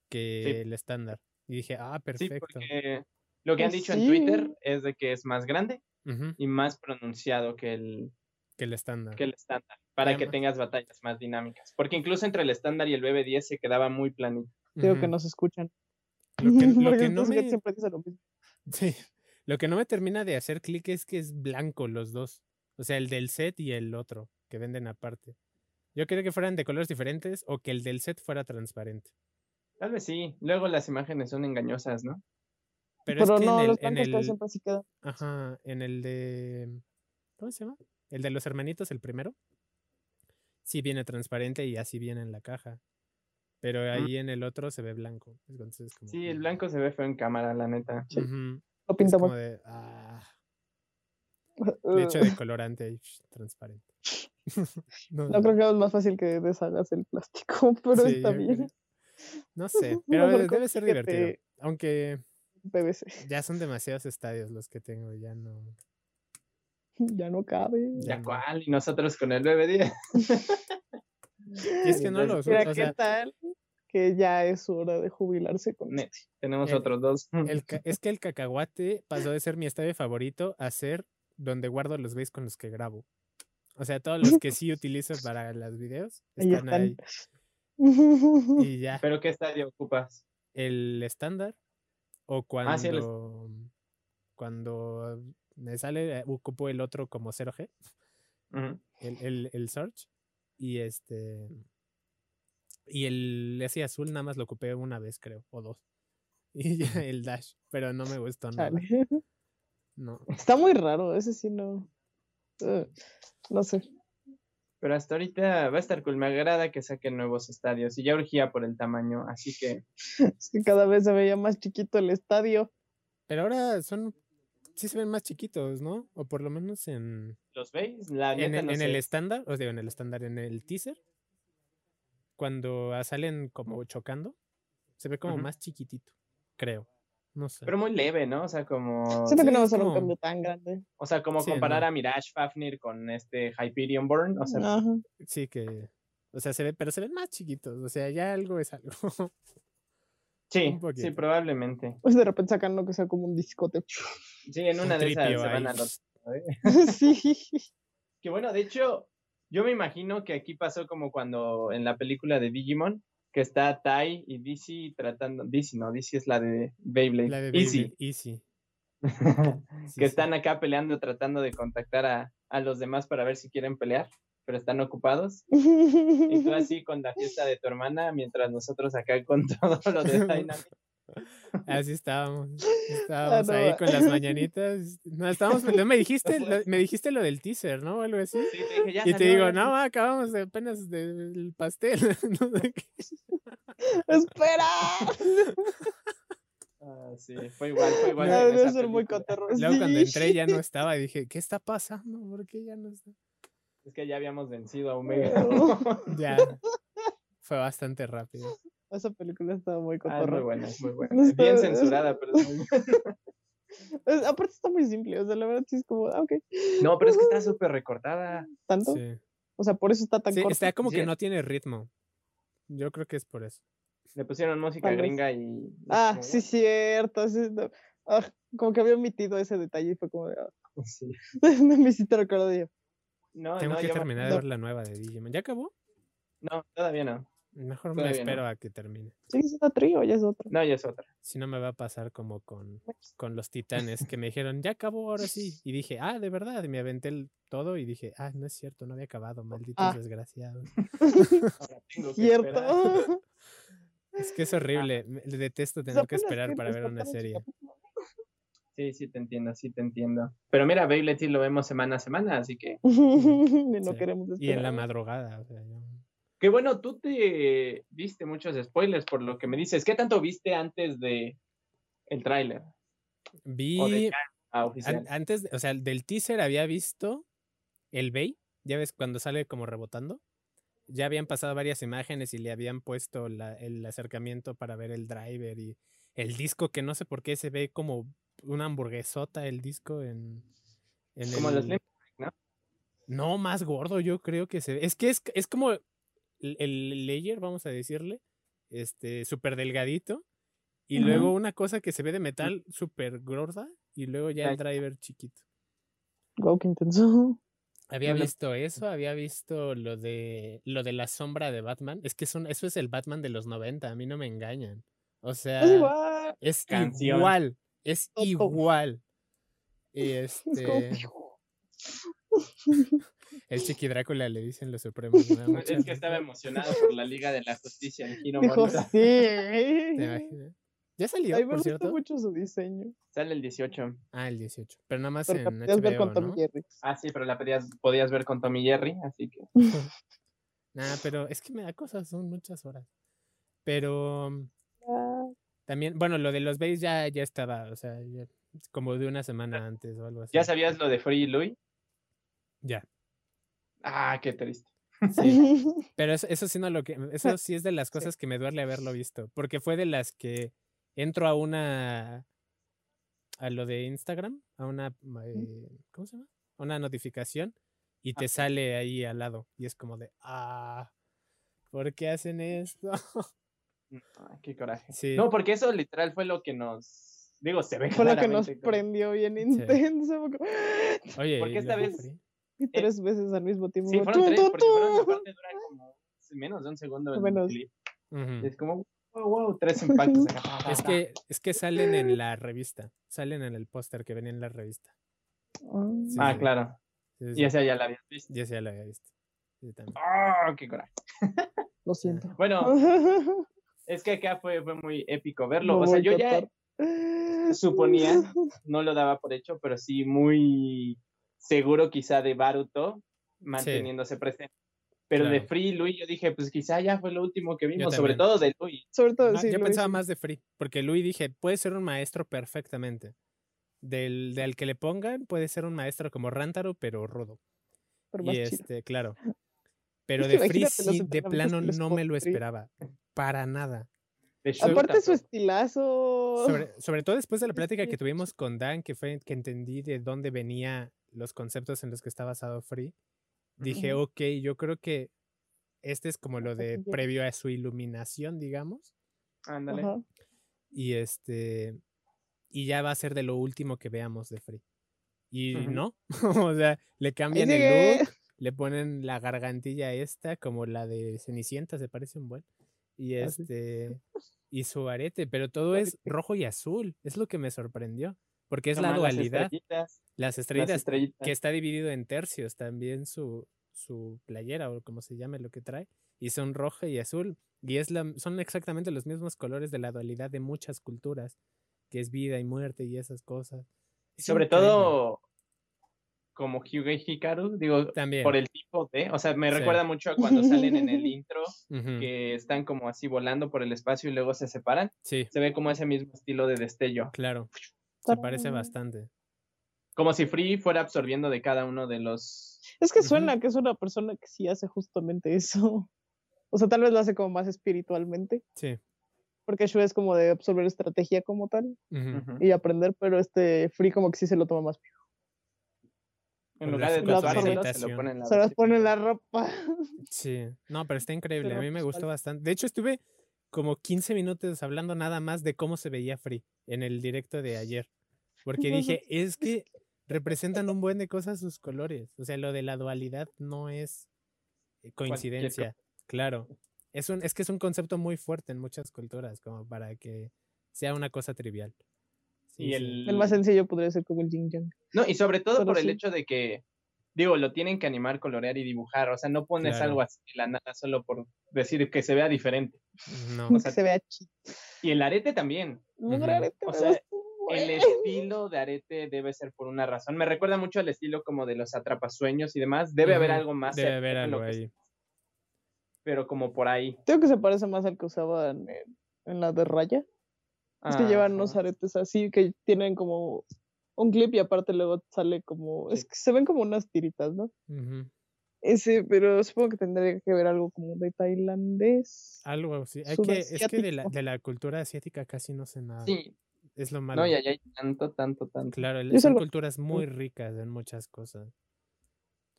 que el estándar. Y dije, ah, Sí, perfecto. porque lo que han Pues dicho en Twitter sí. es de que es más grande Ujú, y más pronunciado que el, Que el estándar. que el estándar, para que Además- tengas batallas más dinámicas. Porque incluso entre el estándar y el BB10 se quedaba muy planito. Digo que Ujú. nos escuchan. Lo que- lo Porque que no estos güeyes me- siempre dicen lo mismo. Sí. Lo que no me termina de hacer clic es que es blanco los dos. O sea, el del set y el otro, que venden aparte. Yo quería que fueran de colores diferentes o que el del set fuera transparente. Tal vez sí, luego las imágenes son engañosas, ¿no? Pero, Pero, es que no, en el, los en blancos casi el- siempre así quedan. ajá, en el de. ¿Cómo se llama? El de los hermanitos, el primero, sí viene transparente y así viene en la caja. Pero Ah. ahí en el otro se ve blanco. Entonces, como, Sí, el blanco se ve feo en cámara, la neta. Sí. Ujú. Lo Es pintamos. Uh, como de, ah, le echo de colorante ahí, sh, transparente. no, No creo que es más fácil que deshagas el plástico, pero Sí, está yo creo. bien. no sé, Una pero mejor debe ser cosa que divertido. te- Aunque PVC. ya son demasiados estadios los que tengo, ya no. Ya no cabe. Ya Ya no. cual, y nosotros con el bebé 10. Y es que no los. Entonces, Mira, o ¿qué sea, tal? Que ya es hora de jubilarse con Ne- Tenemos El- otros dos. el ca- es que el cacahuate pasó de ser mi estadio favorito a ser donde guardo los veis con los que grabo. O sea, todos los que sí utilizo para los videos Ahí están ahí. eso. Y ya, ¿Pero qué estadio ocupas? el estándar o cuando, Ah, sí, el est- cuando me sale, eh, ocupo el otro como 0G, Ujú. el, el, el search. Y este. Y el ese azul nada más lo ocupé una vez, creo, o dos. Y ya el dash, pero no me gustó nada. Chale. No. Está muy raro, ese sí no. eh, no sé. Pero hasta ahorita va a estar cool. Me agrada que saquen nuevos estadios. Y ya urgía por el tamaño. Así que Es que cada vez se veía más chiquito el estadio. Pero ahora son. Sí se ven más chiquitos, ¿no? O por lo menos en. ¿Los veis? La En neta el, no en el sé. estándar, os digo, en el estándar, en el teaser. Cuando ah, salen como chocando, se ve como Ujú. más chiquitito, creo. No sé. Pero muy leve, ¿no? O sea, como. Siento sí, que no va a es ser un como- cambio tan grande. O sea, como Sí, comparar no. a Mirage Fafnir con este Hyperion Burn. O sea, Ajá. Sí que. O sea, se ve, pero se ven más chiquitos. O sea, ya algo es algo. sí, un sí, poquito. probablemente. Pues de repente sacan lo que sea como un discote. Sí, en Un una de esas tripio se van ahí. al otro. sí. Que bueno, de hecho, yo me imagino que aquí pasó como cuando en la película de Digimon, que está Tai y DC tratando. DC, no, DC es la de Beyblade. La de Easy. Beyblade, Easy. Sí, que sí. están acá peleando, tratando de contactar a, a los demás para ver si quieren pelear, pero están ocupados. Y tú así con la fiesta de tu hermana, mientras nosotros acá con todo lo de Dynamic. Así estábamos. Ah, Estábamos ahí no. con las mañanitas. No, estábamos. No, me dijiste, fue. lo- me dijiste lo del teaser, ¿no? O algo así. Sí, te dije, "Ya Y te salió, digo, ya no, acabamos de apenas del pastel. no sé qué. ¡Espera! salió". Ah, sí, fue igual, fue igual. No, en debe esa ser muy película. cotorro. Luego cuando sí. entré ya no estaba. Dije, ¿qué está pasando? ¿Por qué ya no está? Es que ya habíamos vencido a Omega. Ya. Fue bastante rápido. Esa película estaba muy Ah, es muy cotorra. buena, es muy buena. No Es Bien está- es- censurada, pero. es muy buena. Es- aparte está muy simple, o sea, la verdad sí es como, ah, ok, No, pero es que está súper recortada. tanto. Sí. O sea, por eso está tan Sí, corto. está como Sí. que no tiene ritmo. Yo creo que es por eso. Le pusieron música Tal vez. gringa y. y es Ah, como, sí, cierto. sí, no. Ah, como que había omitido ese detalle y fue como, de, ah, "What?". Sí. no me hiciste recordar yo. No, Tengo no, que yo me- terminar de no. ver la nueva de Digimon. ¿Ya acabó? no, todavía no. Mejor me Todavía no. espero a que termine. Sí, es una trío, ya es otro. No, ya es otra. Si no me va a pasar como con, con los titanes que me dijeron, ya acabó ahora sí. Y dije, ah, de verdad. Y me aventé el todo y dije, ah, no es cierto, no había acabado, malditos Ah. desgraciados. Ahora tengo que Cierto. esperar. Es que es Ah. horrible. me- le Detesto tener que apenas esperar tiene- para ver está una apenas en serie. capítulo. Sí, sí, te entiendo, sí, te entiendo. Pero mira, Beyblade sí lo vemos semana a semana, así que. Y no Sí. queremos Y en la esperar. madrugada. o sea, yo- Qué bueno, tú te viste muchos spoilers por lo que me dices. ¿Qué tanto viste antes de el tráiler? O de Vi. ya a an- oficial. antes, de- o sea, del teaser había visto el Bay. Ya ves, cuando sale como rebotando. Ya habían pasado varias imágenes y le habían puesto la- el acercamiento para ver el driver y el disco, que no sé por qué se ve como una hamburguesota el disco en. en Como los el- Lim- No, más gordo, yo creo que se ve. Es que es, es como el, el layer, vamos a decirle, este, súper delgadito. Y Ujú. luego una cosa que se ve de metal súper gorda. Y luego ya el Exacto. driver chiquito. Guau, qué intenso. Había Yo lo- visto eso, había visto lo de lo de la sombra de Batman. Es que son, eso es el Batman de los 90, a mí no me engañan. O sea, Es igual. es Canción. igual, es Toto. igual. Y Es como, este, el Chiqui Drácula le dicen los supremos. me da mucha Es que risa. estaba emocionado por la Liga de la Justicia en Giro dijo, Morita. sí. ¿Te imaginas? Ya salió, Ay, me por gusta cierto. mucho su diseño. Sale el 18. Ah, el 18. Pero nada más Pero la en podías ver con HBO, Tom ¿no? Jerry. Ah, sí, pero la podías, podías ver con Tommy Jerry, así que. Nah, pero es que me da cosas, son muchas horas. Pero mm, Ah, también, bueno, lo de los Bays ya, ya estaba, o sea, ya- como de una semana antes o algo así. ¿Ya sabías lo de Free Louis? Ya. Ah, qué triste. Sí. Pero eso, eso sí no lo que eso sí es de las Sí. cosas que me duele haberlo visto, porque fue de las que entro a una a lo de Instagram, a una eh, ¿cómo se llama? A una notificación y te sale ahí al lado y es como de ah, ¿por qué hacen esto? Ay, qué coraje. Sí. No, porque eso literal fue lo que nos. Digo, se ve Fue lo que nos claramente como- prendió bien intenso. fue como, pues, Oye, Porque y esta luego vez- fue- y tres veces al mismo tiempo. Eh, Sí, como, fueron tum, tres, tum, porque fueron, tum. aparte duran como menos de un segundo en el Menos. clip. Ujú. Es como, wow, wow, tres impactos acá. pa, pa, Mm. Es pa. que es que salen en la revista, salen en el póster que venía en la revista. Ah, Sí, Ah, sí, claro. sí, sí, Y esa ya la habías visto. Ya se la había visto. Yo también. ¡Ah, qué coraje! Lo siento. Bueno, es que acá fue, fue muy épico verlo. Lo o sea, voy yo a ya suponía, no lo daba por hecho, pero sí muy seguro quizá de Baruto manteniéndose presente. Pero de Claro. Free Louis yo dije, pues quizá ya fue lo último que vimos, sobre también. todo de Louis. Sobre todo, Ah, sí, yo lo pensaba hice. más de Free, porque Luis dije, puede ser un maestro perfectamente. Del, del que le pongan, puede ser un maestro como Rántaro, pero rudo. pero más Y chido. este, claro. Pero que de Free imagínate los sí, de entrenamientos plano que les no me lo pondría. esperaba. Para nada. De Shota, Aparte su sobre- estilazo. Sobre, sobre todo después de la Oh. Es plática que que- tuvimos con Dan, que fue que entendí de dónde venía los conceptos en los que está basado Free, dije, Ujú. ok, yo creo que este es como lo Hasta de aquí llegué". previo a su iluminación, digamos. Ándale. Ajá. Y este. Y ya va a ser de lo último que veamos de Free. Y Ujú. no. o sea, le Ahí cambian el llegué. look, le ponen la gargantilla esta, como la de Cenicienta, se parece un buen. Y Ah, sí. este. Y su arete, pero todo es rojo y azul. Es lo que me sorprendió. Porque es la Nomás las dualidad. estrellitas, Las las estrellas, estrellitas. que está dividido en tercios también su, su playera o como se llame lo que trae, y son roja y azul, y es la, son exactamente los mismos colores de la dualidad de muchas culturas, que es vida y muerte y esas cosas. Y Es sobre increíble. todo como Hyuga Hikaru, digo, también. por el tipo de, o sea, me Sí. Mm. recuerda mucho a cuando salen en el intro, Ujú, que están como así volando por el espacio y luego se separan, Sí, se ve como ese mismo estilo de destello, claro. Se parece Tarán. bastante. como si Free fuera absorbiendo de cada uno de los... Es que Ujú. suena que es una persona que sí hace justamente eso. O sea, tal vez lo hace como más espiritualmente, Sí. porque Shu es como de absorber estrategia como tal ujú, Ujú. y aprender, pero este Free como que sí se lo toma más. En Con lugar las de cosas de tatuárselo, se lo meditación. ponen en la Se las bolsita. pone en la ropa. Sí. No, pero está increíble. Pero, A mí me pues, gustó vale. bastante. De hecho, estuve como 15 minutos hablando nada más de cómo se veía Free en el directo de ayer. Porque Bueno, dije, es que representan un buen de cosas sus colores. O sea, lo de la dualidad no es eh, coincidencia. Claro. Es, un, es que es un concepto muy fuerte en muchas culturas, como para que sea una cosa trivial. Sí, Y sí. el... El más sencillo podría ser como el Jin Yang. No, y sobre todo Pero por el sí. hecho de que, digo, lo tienen que animar, colorear y dibujar, o sea, no pones Claro. algo así de la nada solo por decir que se vea diferente. No. Como sea, que se vea chido. Y el arete también, No, Ujú. realmente O me sea, gustó un El buen. estilo de arete debe ser por una razón. Me recuerda mucho al estilo como de los atrapasueños y demás. Debe haber Ujú, algo más. Debe haber cercano a lo que algo es, ahí. Pero como por ahí. Creo que se parece más al que usaban en, en la de Raya. Es que Ah, llevan unos Ajá. aretes así que tienen como un clip y aparte luego sale como. Es Sí. que se ven como unas tiritas, ¿no? Ujú. Ese, pero supongo que tendría que ver algo como de tailandés. Algo así. Hay que, es que de la, Sudasiático. de la cultura asiática casi no sé nada. Sí, Es lo malo. no, y allá hay tanto, tanto, tanto. Claro, el- Yo son solo- culturas muy ricas en muchas cosas.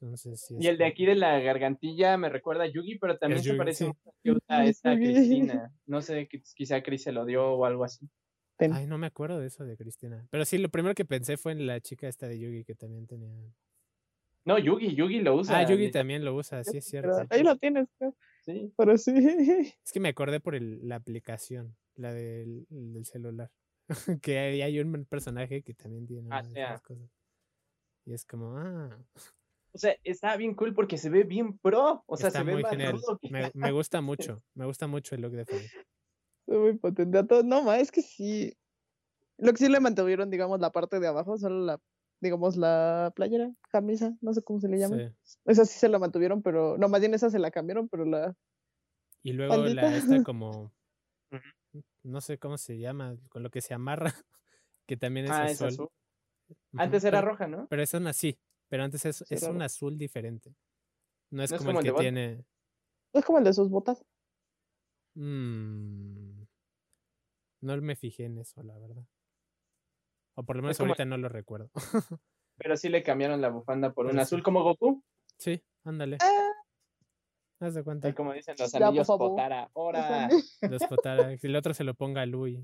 Entonces, sí. Y el de aquí de la gargantilla me recuerda a Yugi, pero también se Este Yugi, parece sí. mucho a Kyota, esta Yugi. Cristina. No sé, qui- quizá Chris se lo dio o algo así. Ten. Ay, no me acuerdo de eso de Cristina. Pero sí, lo primero que pensé fue en la chica esta de Yugi que también tenía. No, Yugi, Yugi lo usa. Ah, Yugi literal, también lo usa, sí es Pero cierto. ahí lo tienes, creo, Sí. pero sí. Es que me acordé por el- la aplicación, la del, del celular. que ahí hay un personaje que también tiene Ah, una de sea. esas cosas. Y es como, ah, O sea, está bien cool porque se ve bien pro. O sea, está se ve muy más genial. rudo que- Me, me gusta mucho, me gusta mucho el look de Fabi. Estoy muy potente. A todo- No, ma, es que sí. Lo que sí le mantuvieron, digamos, la parte de abajo, solo la, digamos, la playera, camisa, no sé cómo se le llama. Sí. Esa sí se la mantuvieron, pero. No, más bien esa se la cambiaron, pero la. Y luego la Pandita. esta como mm, no sé cómo se llama, con lo que se amarra, que también es Ah, es azul. azul. Ujú, Antes era pero- roja, ¿no? Pero es una sí, pero antes es, Sí, es era un roja. azul diferente. No es ¿No es como el como el que de Bond? tiene. Es como el de sus botas. Mm, no me fijé en eso, la verdad. O por lo menos como- ahorita no lo recuerdo. Pero sí le cambiaron la bufanda por un Pero sí. azul como Goku. sí, ándale. Ah, Haz de cuenta. Y como dicen los Ya, por anillos favor. Potara. Ahora, ándale. Los Potara, que el otro se lo ponga a Louis.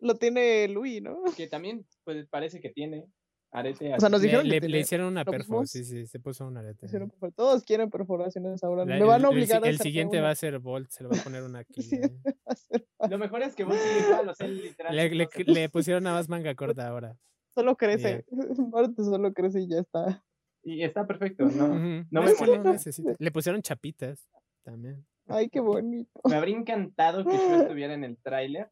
Lo tiene Luis, ¿no? que también pues, parece que tiene arete O sea, nos Le, dijeron le- que le tenía- hicieron una lo perfo, mismo. sí, sí, se puso un arete. hicieron ajá. perfora- Todos quieren perforaciones ahora. La- Me van a el- el si- obligar a El, hacerme siguiente una. va a ser Bolt, se le va a poner una aquí. Sí. ¿eh? Lo mejor es que vos igual, o sea, literal. Le, le- no se- le pusieron nada más manga corta ahora. Solo crece. Marte solo crece y ya está. Y está perfecto, ¿no? Ujú, no es me que no molesta. necesita- Le pusieron chapitas también. Ay, qué bonito. Me habría encantado que yo estuviera en el tráiler.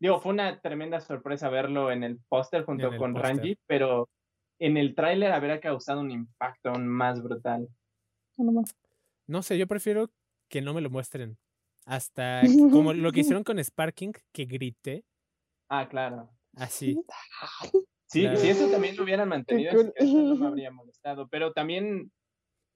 Digo, fue una tremenda sorpresa verlo en el póster junto el con póster. Ranji, pero en el tráiler habría causado un impacto aún más brutal. No más. No sé, yo prefiero que no me lo muestren. Hasta que- como lo que hicieron con Sparking, que grité Ah, claro. así. Sí, Claro. si eso también lo hubieran mantenido, en cool. secreto, no me habría molestado. Pero también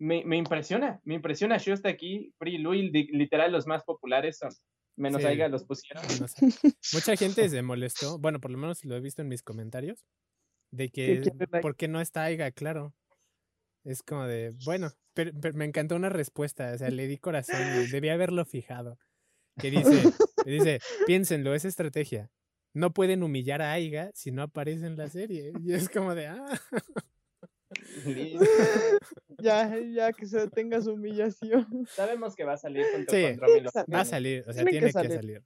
me, me impresiona, me impresiona. Yo hasta aquí, Free Louis, li- literal, los más populares son. Menos Sí. Aiga los pusieron. no sé. Mucha gente se molestó. Bueno, por lo menos lo he visto en mis comentarios. De que, quiere like. ¿por qué no está Aiga? Claro. Es como de, bueno, pero, pero me encantó una respuesta. O sea, le di corazón y debía haberlo fijado. Que dice, que dice, piénsenlo, es estrategia. No pueden humillar a Aiga si no aparece en la serie. Y es como de, ah, Liz, Ya, ya que se detenga su humillación. Sabemos que va a salir junto Sí. con Romy Lo- Exacto. va a salir. O sea, Tiene que tiene que salir. salir.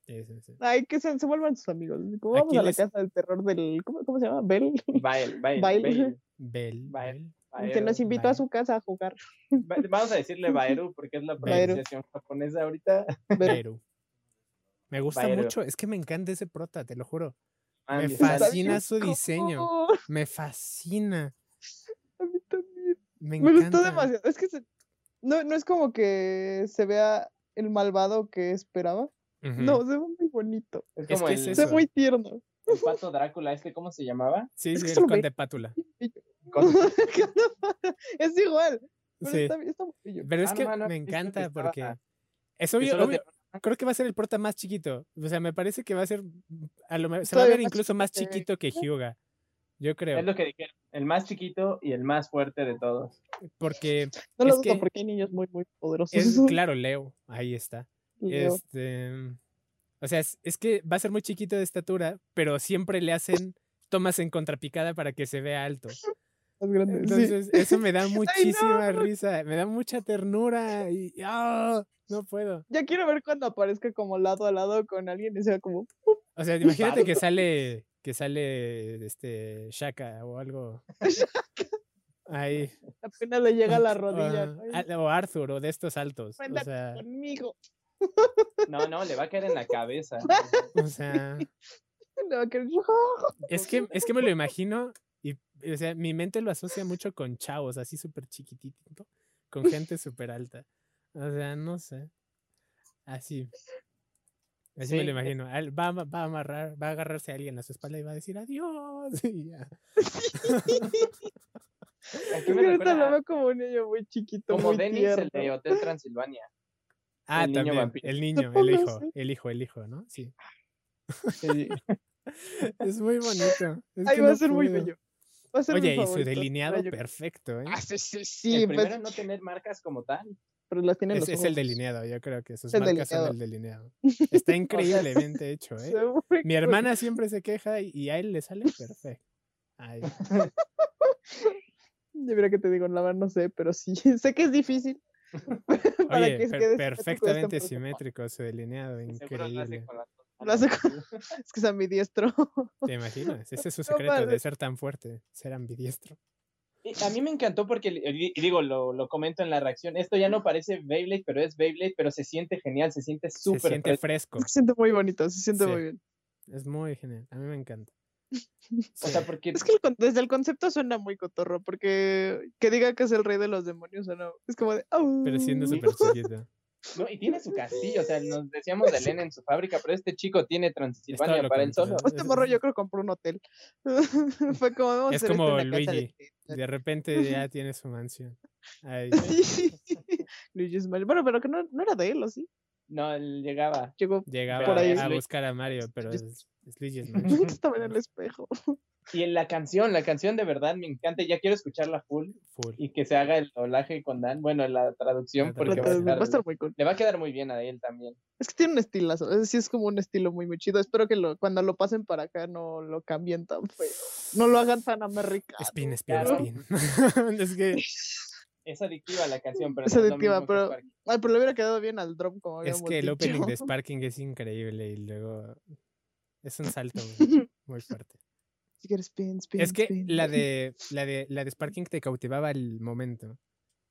Sí, sí, sí. Ay, que se, se vuelvan sus amigos. Como vamos Aquí a la les- casa del terror del. ¿Cómo, cómo se llama? Bell. Bael, Bael, Bael. Bael, Bel, Vale. Bel. Que nos Baeru. invitó a Bael. su casa a jugar. Ba- Vamos a decirle Baeru porque es la Baeru. pronunciación japonesa ahorita. Bell. Beru. Me gusta Baeru. mucho. Es que me encanta ese prota, te lo juro. Ah, Me mi Está sal- fascina bien su diseño. cool. Me fascina. A mí también. Me Me encanta. gustó demasiado. Es que se- no, no es como que se vea el malvado que esperaba. Ujú. No, se ve muy bonito. Es Es como que el, es Se eso. ve muy tierno. el pato Drácula, este, ¿cómo se llamaba? Sí, es sí, que el solo ve- conde Pátula. Cosa- es igual. Pero Sí. está, bien- está muy bello. Pero es Ah, no, que ma, no me había visto que encanta estaba- porque. Es que obvio, solo obvio, te- creo que va a ser el prota más chiquito. O sea, me parece que va a ser. A lo me- se va a Todavía ver más incluso más chiquito que- chiquito que Hyuga. Yo creo. Es lo que dijeron, el más chiquito y el más fuerte de todos. Porque No lo es dudo que- porque hay niños muy, muy poderosos. es, claro, Leo. Ahí está. Leo. Este. O sea, es, es que va a ser muy chiquito de estatura, pero siempre le hacen tomas en contrapicada para que se vea alto. más grande, sí. Entonces, eso me da muchísima no. risa, me da mucha ternura y ¡ah! no puedo. Ya quiero ver cuando aparezca como lado a lado con alguien y sea como, "Pup". O sea, imagínate que sale que sale este Shaka o algo. Ahí. apenas le llega a la Ajá, rodilla. ajá, "Ay, a- O Arthur o de estos altos. O Cuéntate sea, Conmigo. No, no, le va a caer en la cabeza. o sea, Le va a querer- es Pues que es que me lo imagino y o sea, mi mente lo asocia mucho con chavos así súper chiquitito, con gente súper alta. O sea, no sé. Así. Así me Sí, lo eh es- imagino. Al- Va, a ama- va a amarrar, va a agarrarse a alguien a su espalda y va a decir adiós. y ya. Aquí Es me que ahorita recuerda lo veo como un niño muy chiquito, como muy Dennis, el de tierno. Hotel Transilvania. Ah, niño también. vampiro. El niño, el Supongo, hijo, sí. el hijo, el hijo, ¿no? Sí. Sí. Es muy bonito. es Ay, que va a no ser muy puedo. bello. Va a ser mi Oye, y su favorito, delineado ahora yo- perfecto, ¿eh? Ah, sí, sí, sí. El pues, primero en no tener marcas como tal. Pero las tiene en Es, los es el ojos. delineado, yo creo que sus El marcas son delineado. el delineado. Está increíblemente hecho, ¿eh? Se ve Mi muy- hermana siempre se queja y- y a él le sale perfecto. Ay, Ya mira que te digo, la verdad no sé, pero sí. Sé que es difícil. para oye, per- que quede simétrico, está perfectamente perfecto. simétrico su delineado, este Seguro lo hace increíble. con las dos Lo hace manos. Es que es ambidiestro. ¿Te imaginas? Ese es su No secreto de mames. ser tan fuerte, ser ambidiestro. Eh, A mí me encantó porque, y digo, lo, lo comento en la reacción, esto ya no parece Beyblade, pero es Beyblade, pero se siente genial, se siente Se súper. siente fresco. fresco. Se siente muy bonito, se siente Sí. muy bien. Es muy genial. A mí me encanta. O sea, porque Es que el con- desde el concepto suena muy cotorro, porque que diga que es el rey de los demonios suena- Es como de. "Au". Pero siendo Mm. súper chiquito. No, y tiene su castillo, o sea, nos decíamos de Elena en su fábrica, pero este chico tiene Transilvania lo para él solo. contrario. Este morro yo creo que compró un hotel. Fue como. "Vamos a Es hacer esto en como la casa de Luigi. Peter". De repente ya tiene su mansión. Ay, Sí. Luigi Smash. Bueno, pero que no, no era de él, ¿o sí? No, él llegaba. Llegó. llegaba Por ahí es a Luigi. buscar a Mario, pero Es- es, es Luigi's Mansion. Estaba en el espejo. Y en la canción, la canción de verdad me encanta, ya quiero escucharla full Full. y que se haga el doblaje con Dan, bueno, la traducción, La porque va a traducción. Pues, Va estar- a estar muy cool. le va a quedar muy bien a él también. Es que tiene un estilazo. Es, sí, es como un estilo muy, muy chido. Espero que lo, cuando lo pasen para acá no lo cambien tan feo. No lo hagan tan americano. Spin, spin, Claro. spin. es que Es adictiva la canción, pero Es no lo adictiva, mismo que pero- Sparky. Ay, pero le hubiera quedado bien al drop, como Es habíamos que el opening de dicho. Sparking es increíble y luego es un salto muy, muy fuerte. Si quieres, spin, spin, Es que spin. la de la de la de Sparking te cautivaba el momento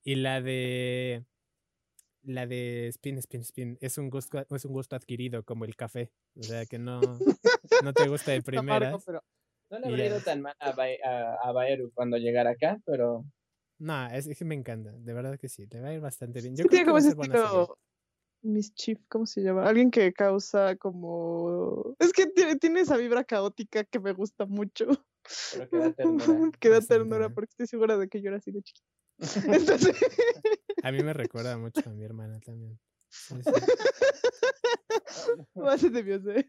y la de la de Spin Spin Spin es un gusto es un gusto adquirido como el café, o sea que no no te gusta de Está amargo, primeras. pero No le y habría ya. ido tan mal a, Bae- a, a Baeru cuando llegara acá, pero No, es, es que me encanta, de verdad que sí, te va a ir bastante bien. Yo creo sí que tiene como va a ese ser buena serie. estilo mischief, ¿cómo se llama? Alguien que causa como... Es que tiene, tiene esa vibra caótica que me gusta mucho. Pero que da ternura. Que da Bastante, ¿eh? ternura, ¿no? porque estoy segura de que yo era así de chiquita. Entonces, A mí me recuerda mucho a mi hermana también. Sí, sí. más se debió ser.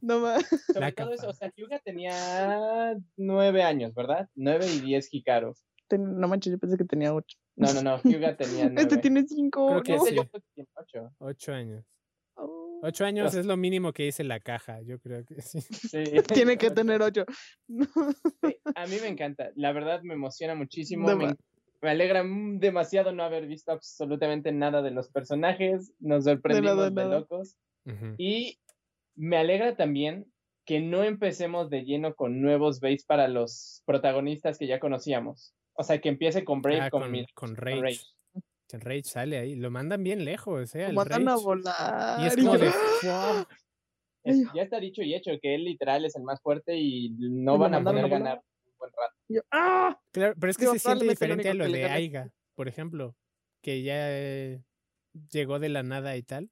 No más. sobre La todo eso, capa. o sea, Hyuga tenía nueve años, ¿verdad? Nueve y diez Hikaru. No manches, yo pensé que tenía ocho. No, no, no, Hyuga tenía nueve. Este tiene cinco. Creo que ¿no? Ese yo sí. creo que tiene ocho. Ocho años. Oh. Ocho años Los- es lo mínimo que hice la caja, yo creo que sí. Sí. Tiene que tener ocho. No. Sí, A mí me encanta, la verdad me emociona muchísimo. No me, ma- en- me alegra mm, demasiado no haber visto absolutamente nada de los personajes. Nos sorprendimos de, nada. locos. Ujú. Y me alegra también que no empecemos de lleno con nuevos base para los protagonistas que ya conocíamos. O sea, que empiece con Brave, Ah, con, con, Mid- con con Rage. El Rage sale ahí. Lo mandan bien lejos, ¿eh? al Lo mandan a Rage. volar. Y es y como yo- de, "Fua". Es- Ay, ya está dicho y hecho que él literal es el más fuerte y no lo van a mandaron a poder volar. ganar un buen rato. yo- ¡Ah! Claro, pero es que Digo, se siente probablemente lo diferente a único lo que le de gana es- Aiga, por ejemplo, que ya eh, llegó de la nada y tal.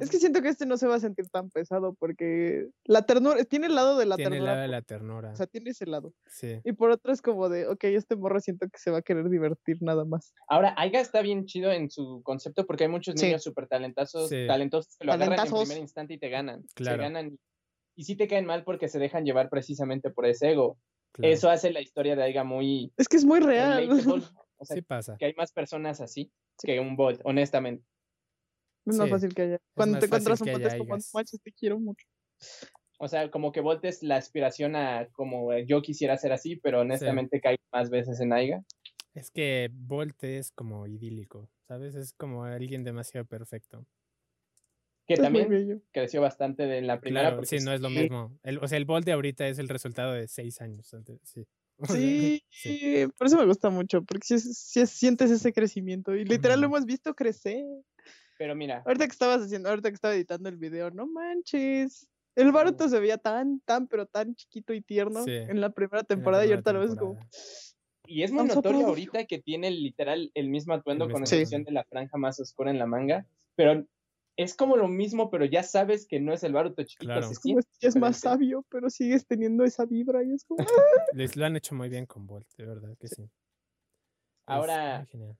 Es que siento que este no se va a sentir tan pesado porque la ternura, tiene el lado de la Tiene el ternura. lado de por- la ternura. O sea, tiene ese lado. Sí. Y por otro es como de, ok, este morro siento que se va a querer divertir nada más. Ahora, Aiga está bien chido en su concepto porque hay muchos Sí. niños súper talentosos, Sí. talentosos que lo agarran en Talentazos. primer instante y te ganan. Claro. Se ganan y, y sí te caen mal porque se dejan llevar precisamente por ese ego. claro. Eso hace la historia de Aiga muy Es que es muy real. relatable. O sea, sí pasa. que hay más personas así que un bot, honestamente. No es más Sí, fácil que haya. Cuando más te fácil encuentras un que bote haya es como, aigas. manches, te quiero mucho. O sea, como que Volt es la aspiración a como eh, yo quisiera ser así, pero honestamente cae más veces en Aiga. Es que Volte es como idílico, ¿sabes? Es como alguien demasiado perfecto. Que Es Pues muy también bello. creció bastante de- en la primera. Claro, sí, no es lo mismo. El- o sea, el Volt de ahorita es el resultado de seis años antes. Sí. O sea, Sí, sí. por eso me gusta mucho, porque si, sientes ese crecimiento. Y literal lo Ujú. hemos visto crecer. Pero mira, Ahorita que estabas haciendo, ahorita que estaba editando el video, no manches. El Baruto se veía tan, tan, pero tan chiquito y tierno Sí, en la primera temporada y primera ahorita lo ves como. temporada. Y es muy Tan notorio soplado. ahorita que tiene literal el mismo atuendo mismo con atuendo. excepción de la franja más oscura en la manga, pero es como lo mismo, pero ya sabes que no es el Baruto chiquito, Claro. se Es Es como siente si "Pues, ya es más diferente. sabio, pero sigues teniendo esa vibra y es como. "Ah, Les lo han hecho muy bien con Volt, de verdad que sí. Es Ahora- muy genial.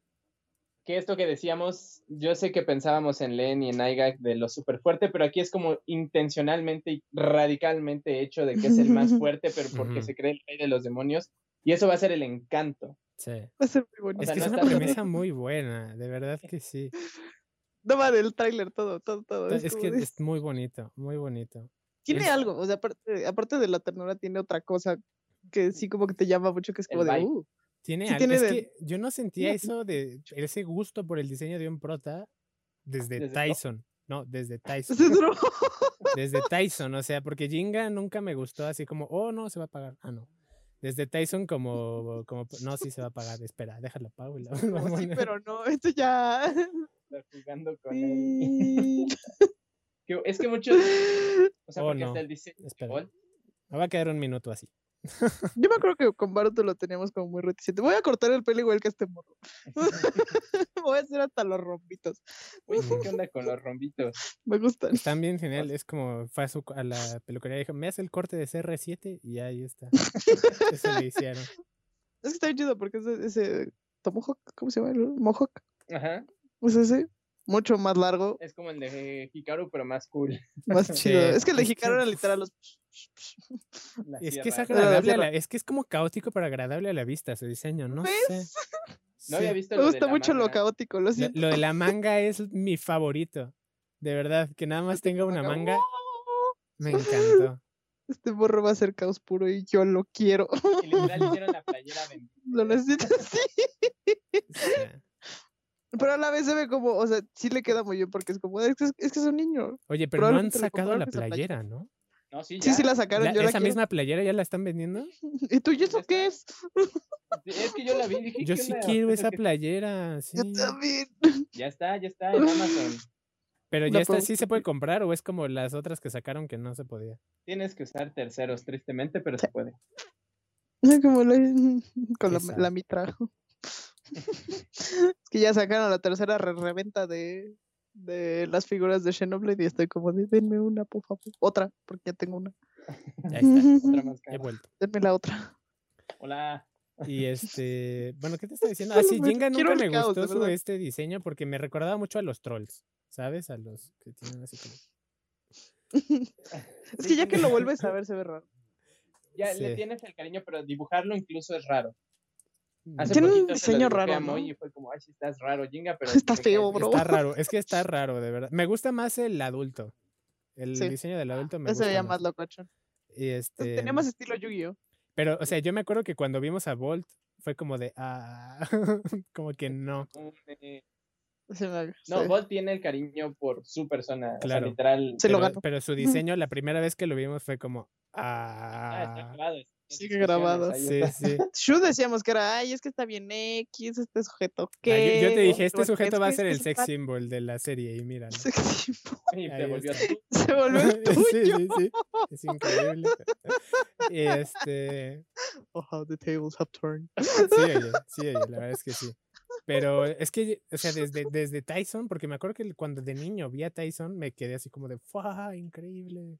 Que esto que decíamos, yo sé que pensábamos en Len y en Aiga de lo súper fuerte, pero aquí es como intencionalmente y radicalmente hecho de que es el más fuerte, pero porque Ujú. se cree el rey de los demonios, y eso va a ser el encanto. Sí. Va a ser muy bonito. Es sea, que no es una está- premisa muy buena, de verdad que sí. No va del tráiler todo, todo, todo. Es como que de- es muy bonito, muy bonito. tiene es- algo, o sea, aparte, aparte de la ternura, tiene otra cosa que sí como que te llama mucho, que es El como de, vibe. uh, Tiene Sí, algo- tiene es de- que yo no sentía tiene- eso de ese gusto por el diseño de un prota desde, Desde Pro- Tyson. No, desde ese Tyson. es Drogo". desde Tyson, o sea, porque Jinga nunca me gustó así como, oh no, se va a pagar. Ah, no. Desde Tyson como, como... No, sí se va a pagar. Espera, déjalo pago y la Como sí, pero no, esto ya. Está jugando con él. Sí. Que- Es que muchos. O sea, Oh, porque no. está el diseño de Espera. Bolt. Me va a quedar un minuto así. Yo me acuerdo que con Baruto lo teníamos como muy reticente. Voy a cortar el pelo igual que este morro. Voy a hacer hasta los rombitos. Uy, sí, ¿qué onda con los rombitos? Me gustan. Están bien genial. Es como fue a, su- a la peluquería y dijo, me hace el corte de CR7 y ahí está. Eso le hicieron. Es que está bien chido porque ese, ese Tomahawk, ¿cómo se llama? el Mohawk. Ajá. Es ese. Mucho más largo, Es como el de Hikaru, pero más cool. más chido. Sí, Es que el de es que- Hikaru era literal los. La Es que es sierra. Pero la agradable, a la- sierra. es que es como caótico pero agradable a la vista su diseño, no ¿Ves? sé. No había Sí. visto Me lo de gusta la mucho lo manga. caótico, lo Lo, siento. lo de la manga es mi favorito. De verdad, que nada más tenga una manga, me encantó. Este morro va a ser caos puro y yo lo quiero. Y literal hicieron la playera bendita. Lo necesito, sí. O sea, Pero a la vez se ve como, o sea, sí le queda muy bien porque es como, es que es, es que es un niño. Oye, pero no han Probablemente le sacado la compraron esa playera, ¿no? No, sí, Sí, ya. sí la sacaron, La- yo la ¿Esa quiero. misma playera ya la están vendiendo? ¿Y tú, y eso qué es? Es que yo la vi y dije, Yo ¿qué sí onda? quiero O esa sea, que- playera, sí. Yo también. Ya está, ya está en Amazon. Pero La ya esta puedo sí se puede comprar o es como las otras que sacaron que no se podía. Tienes que usar terceros, tristemente, pero se puede. Ay, Como la, con la, Esa. la mitra. es que ya sacaron la tercera re- reventa de, de las figuras de Xenoblade y estoy como, de, denme una, por favor. Otra, porque ya tengo una. Ahí está, Otra más he cara. vuelto. denme la otra. Hola. Y este, bueno, ¿qué te está diciendo? Ah, sí, Quiero Jenga nunca el me caos, de gustó su verdad. este diseño porque me recordaba mucho a los trolls, ¿sabes? A los que tienen así como... Es que ya que lo vuelves a ver, se ve raro. Ya Sí. le tienes el cariño, pero dibujarlo incluso es raro. Hace Tiene un poquito se lo diseño dibujé a raro, ¿no? Moy Y fue como, ay, sí estás raro, Jinga, pero. Está me caes feo, bien". bro. Está raro, es que está raro, de verdad. Me gusta más el adulto. El Sí. diseño del adulto me Ya se gusta veía más. más locochón. Y este, Tenía más estilo Yu-Gi-Oh! Pero, o sea, yo me acuerdo que cuando vimos a Bolt fue como de, ah, como que no. Un, eh, Se me- No, se- Bolt tiene el cariño por su persona. o sea, Claro. literal. Se lo pero, ganó. pero su diseño, la primera vez que lo vimos fue como, Ah, está ah. grabado. está en Sigue discusiones, grabado. ahí Sí, está. sí. Ah, Yo decíamos que era, ay, es que está bien X, este sujeto Ah, que. yo, yo te dije, este sujeto va a ser el sex symbol de la serie y mira. Y Ahí se volvió está. tú. Se volvió el sí, tuyo. sí, sí. Es increíble. Y este, Oh, how the tables have turned. sí, oye, sí, oye, la verdad es que sí. Pero es que, o sea, desde, desde Tyson, porque me acuerdo que el- cuando de niño vi a Tyson, me quedé así como de, ¡fua! Increíble.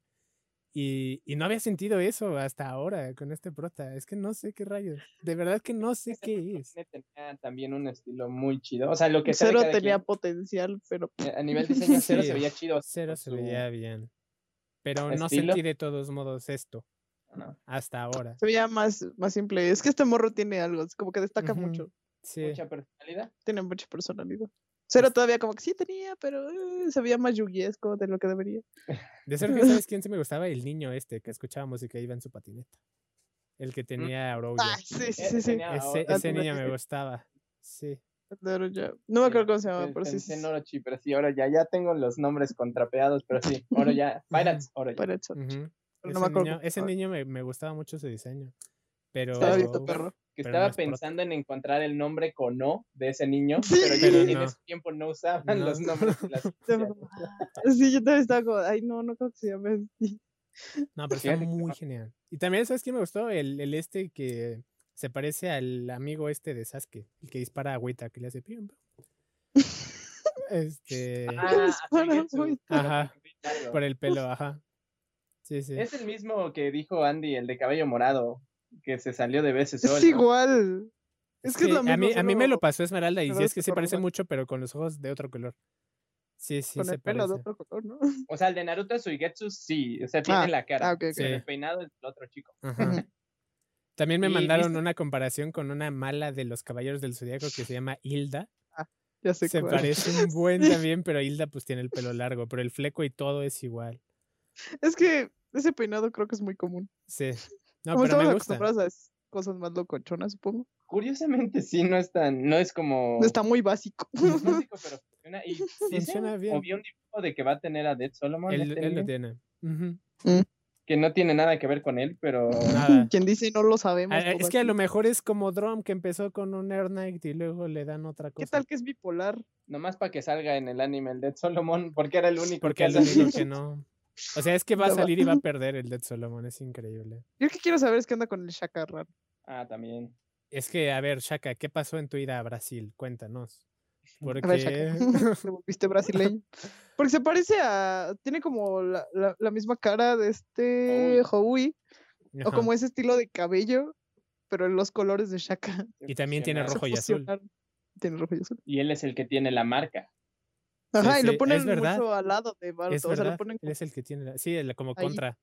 Y, y no había sentido eso hasta ahora con este prota. Es que no sé qué rayos. De verdad que no sé qué es. Tenía también un estilo muy chido. O sea, lo que sea de Cero cada tenía quien, potencial, pero. eh, a nivel diseño cero Sí. se veía chido. Cero por se su- veía bien. Pero no estilo. sentí de todos modos esto no. hasta ahora. Se veía más, más simple. Es que este morro tiene algo, es como que destaca Ujú. mucho. Sí. Mucha personalidad. Tiene mucha personalidad. Cero todavía como que sí tenía, pero eh, se veía más yugiesco de lo que debería. De ser que sabes quién se me gustaba, el niño este que escuchaba música y iba en su patineta. El Mm. que tenía a Araujo. Ah, sí, sí, Eh, sí. sí. tenía- Ese, ah, ese tú me niño me dijiste. gustaba. Sí. Claro, ya. No me acuerdo cómo se llamaba, Pe- pero sí. pensé sí, en sí, Orochi, pero sí, ahora ya, ya tengo los nombres contrapeados, pero sí, ahora ya, Pirates, Oro ya. para eso. ujú. Pero Ese no me acuerdo niño, cómo se ese llamaba. niño me, me gustaba mucho su diseño. Pero. Estaba bien uf, perro. Que pero no estaba es prota. pensando en encontrar el nombre con O de ese niño, Sí. pero Pero ya en no. ese tiempo no usaban No. los nombres. y las De iniciales. verdad. Sí, yo también estaba como, ay, no, no creo que se llame así. No, pero está Fíjate que muy no. genial. Y también, ¿sabes quién me gustó? El, el este que se parece al amigo este de Sasuke, el que dispara agüita, que le hace pium. pium. Este. Ah, Es así para que su- muy- pero Ajá. con Green Arrow. Por el pelo, ajá. Sí, sí. Es el mismo que dijo Andy, el de cabello morado, que se salió de veces Es igual. Es que es Sí, lo mismo. a mí, a mí me lo solo pasó Esmeralda y pero sí de es que otro se color, parece ¿no? mucho, pero con los ojos de otro color. Sí, sí, Con se el pelo de parece. otro color, ¿no? O sea, el de Naruto Suigetsu sí, o sea, tiene Ah, la cara. ah, ok, ok. pero el Sí. peinado es el otro chico. Ajá. Ujú. También me Y mandaron viste- una comparación con una mala de los Caballeros del Zodíaco que se llama Hilda. Ya sé Se cuál. parece un buen Sí. también, pero Hilda pues tiene el pelo largo, pero el fleco y todo es igual. Es que ese peinado creo que es muy común. Sí. No, pero Como estamos me gusta. acostumbrados a es- cosas más locochonas, supongo. Curiosamente sí, no es tan, no es como... Está muy básico. es básico, pero funciona. Y dicen, Funciona o bien. vi un dibujo de que va a tener a Dead Solomon. Él, este él lo niño, tiene. Ujú. que no tiene nada que ver con él, pero Nada. Quien dice no lo sabemos. Ah, pues, Es que a así. lo mejor es como Drum que empezó con un Air Knight y luego le dan otra cosa. ¿Qué tal que es bipolar? nomás para que salga en el anime el Dead Solomon, porque era el único que Porque es lo ha salido. único que no. O sea, es que va a No va. salir y va a perder el Dead Solomon, es increíble. Yo lo que quiero saber es qué anda con el Shaka raro. Ah, también. Es que, a ver, Shaka, ¿qué pasó en tu ida a Brasil? Cuéntanos. Porque A ver, Shaka. Te volviste brasileño. Porque se parece a. Tiene como la, la- la misma cara de este Howie. O como ese estilo de cabello, pero en los colores de Shaka. Y también tiene Fusionar. rojo y azul. fusionaron. Tiene rojo y azul. Y él es el que tiene la marca. Sí, Ajá, y sí, lo es ponen verdad. mucho al lado de Baruto. es o sea, verdad, lo ponen él es el que tiene, la- sí, el- como ahí. contra.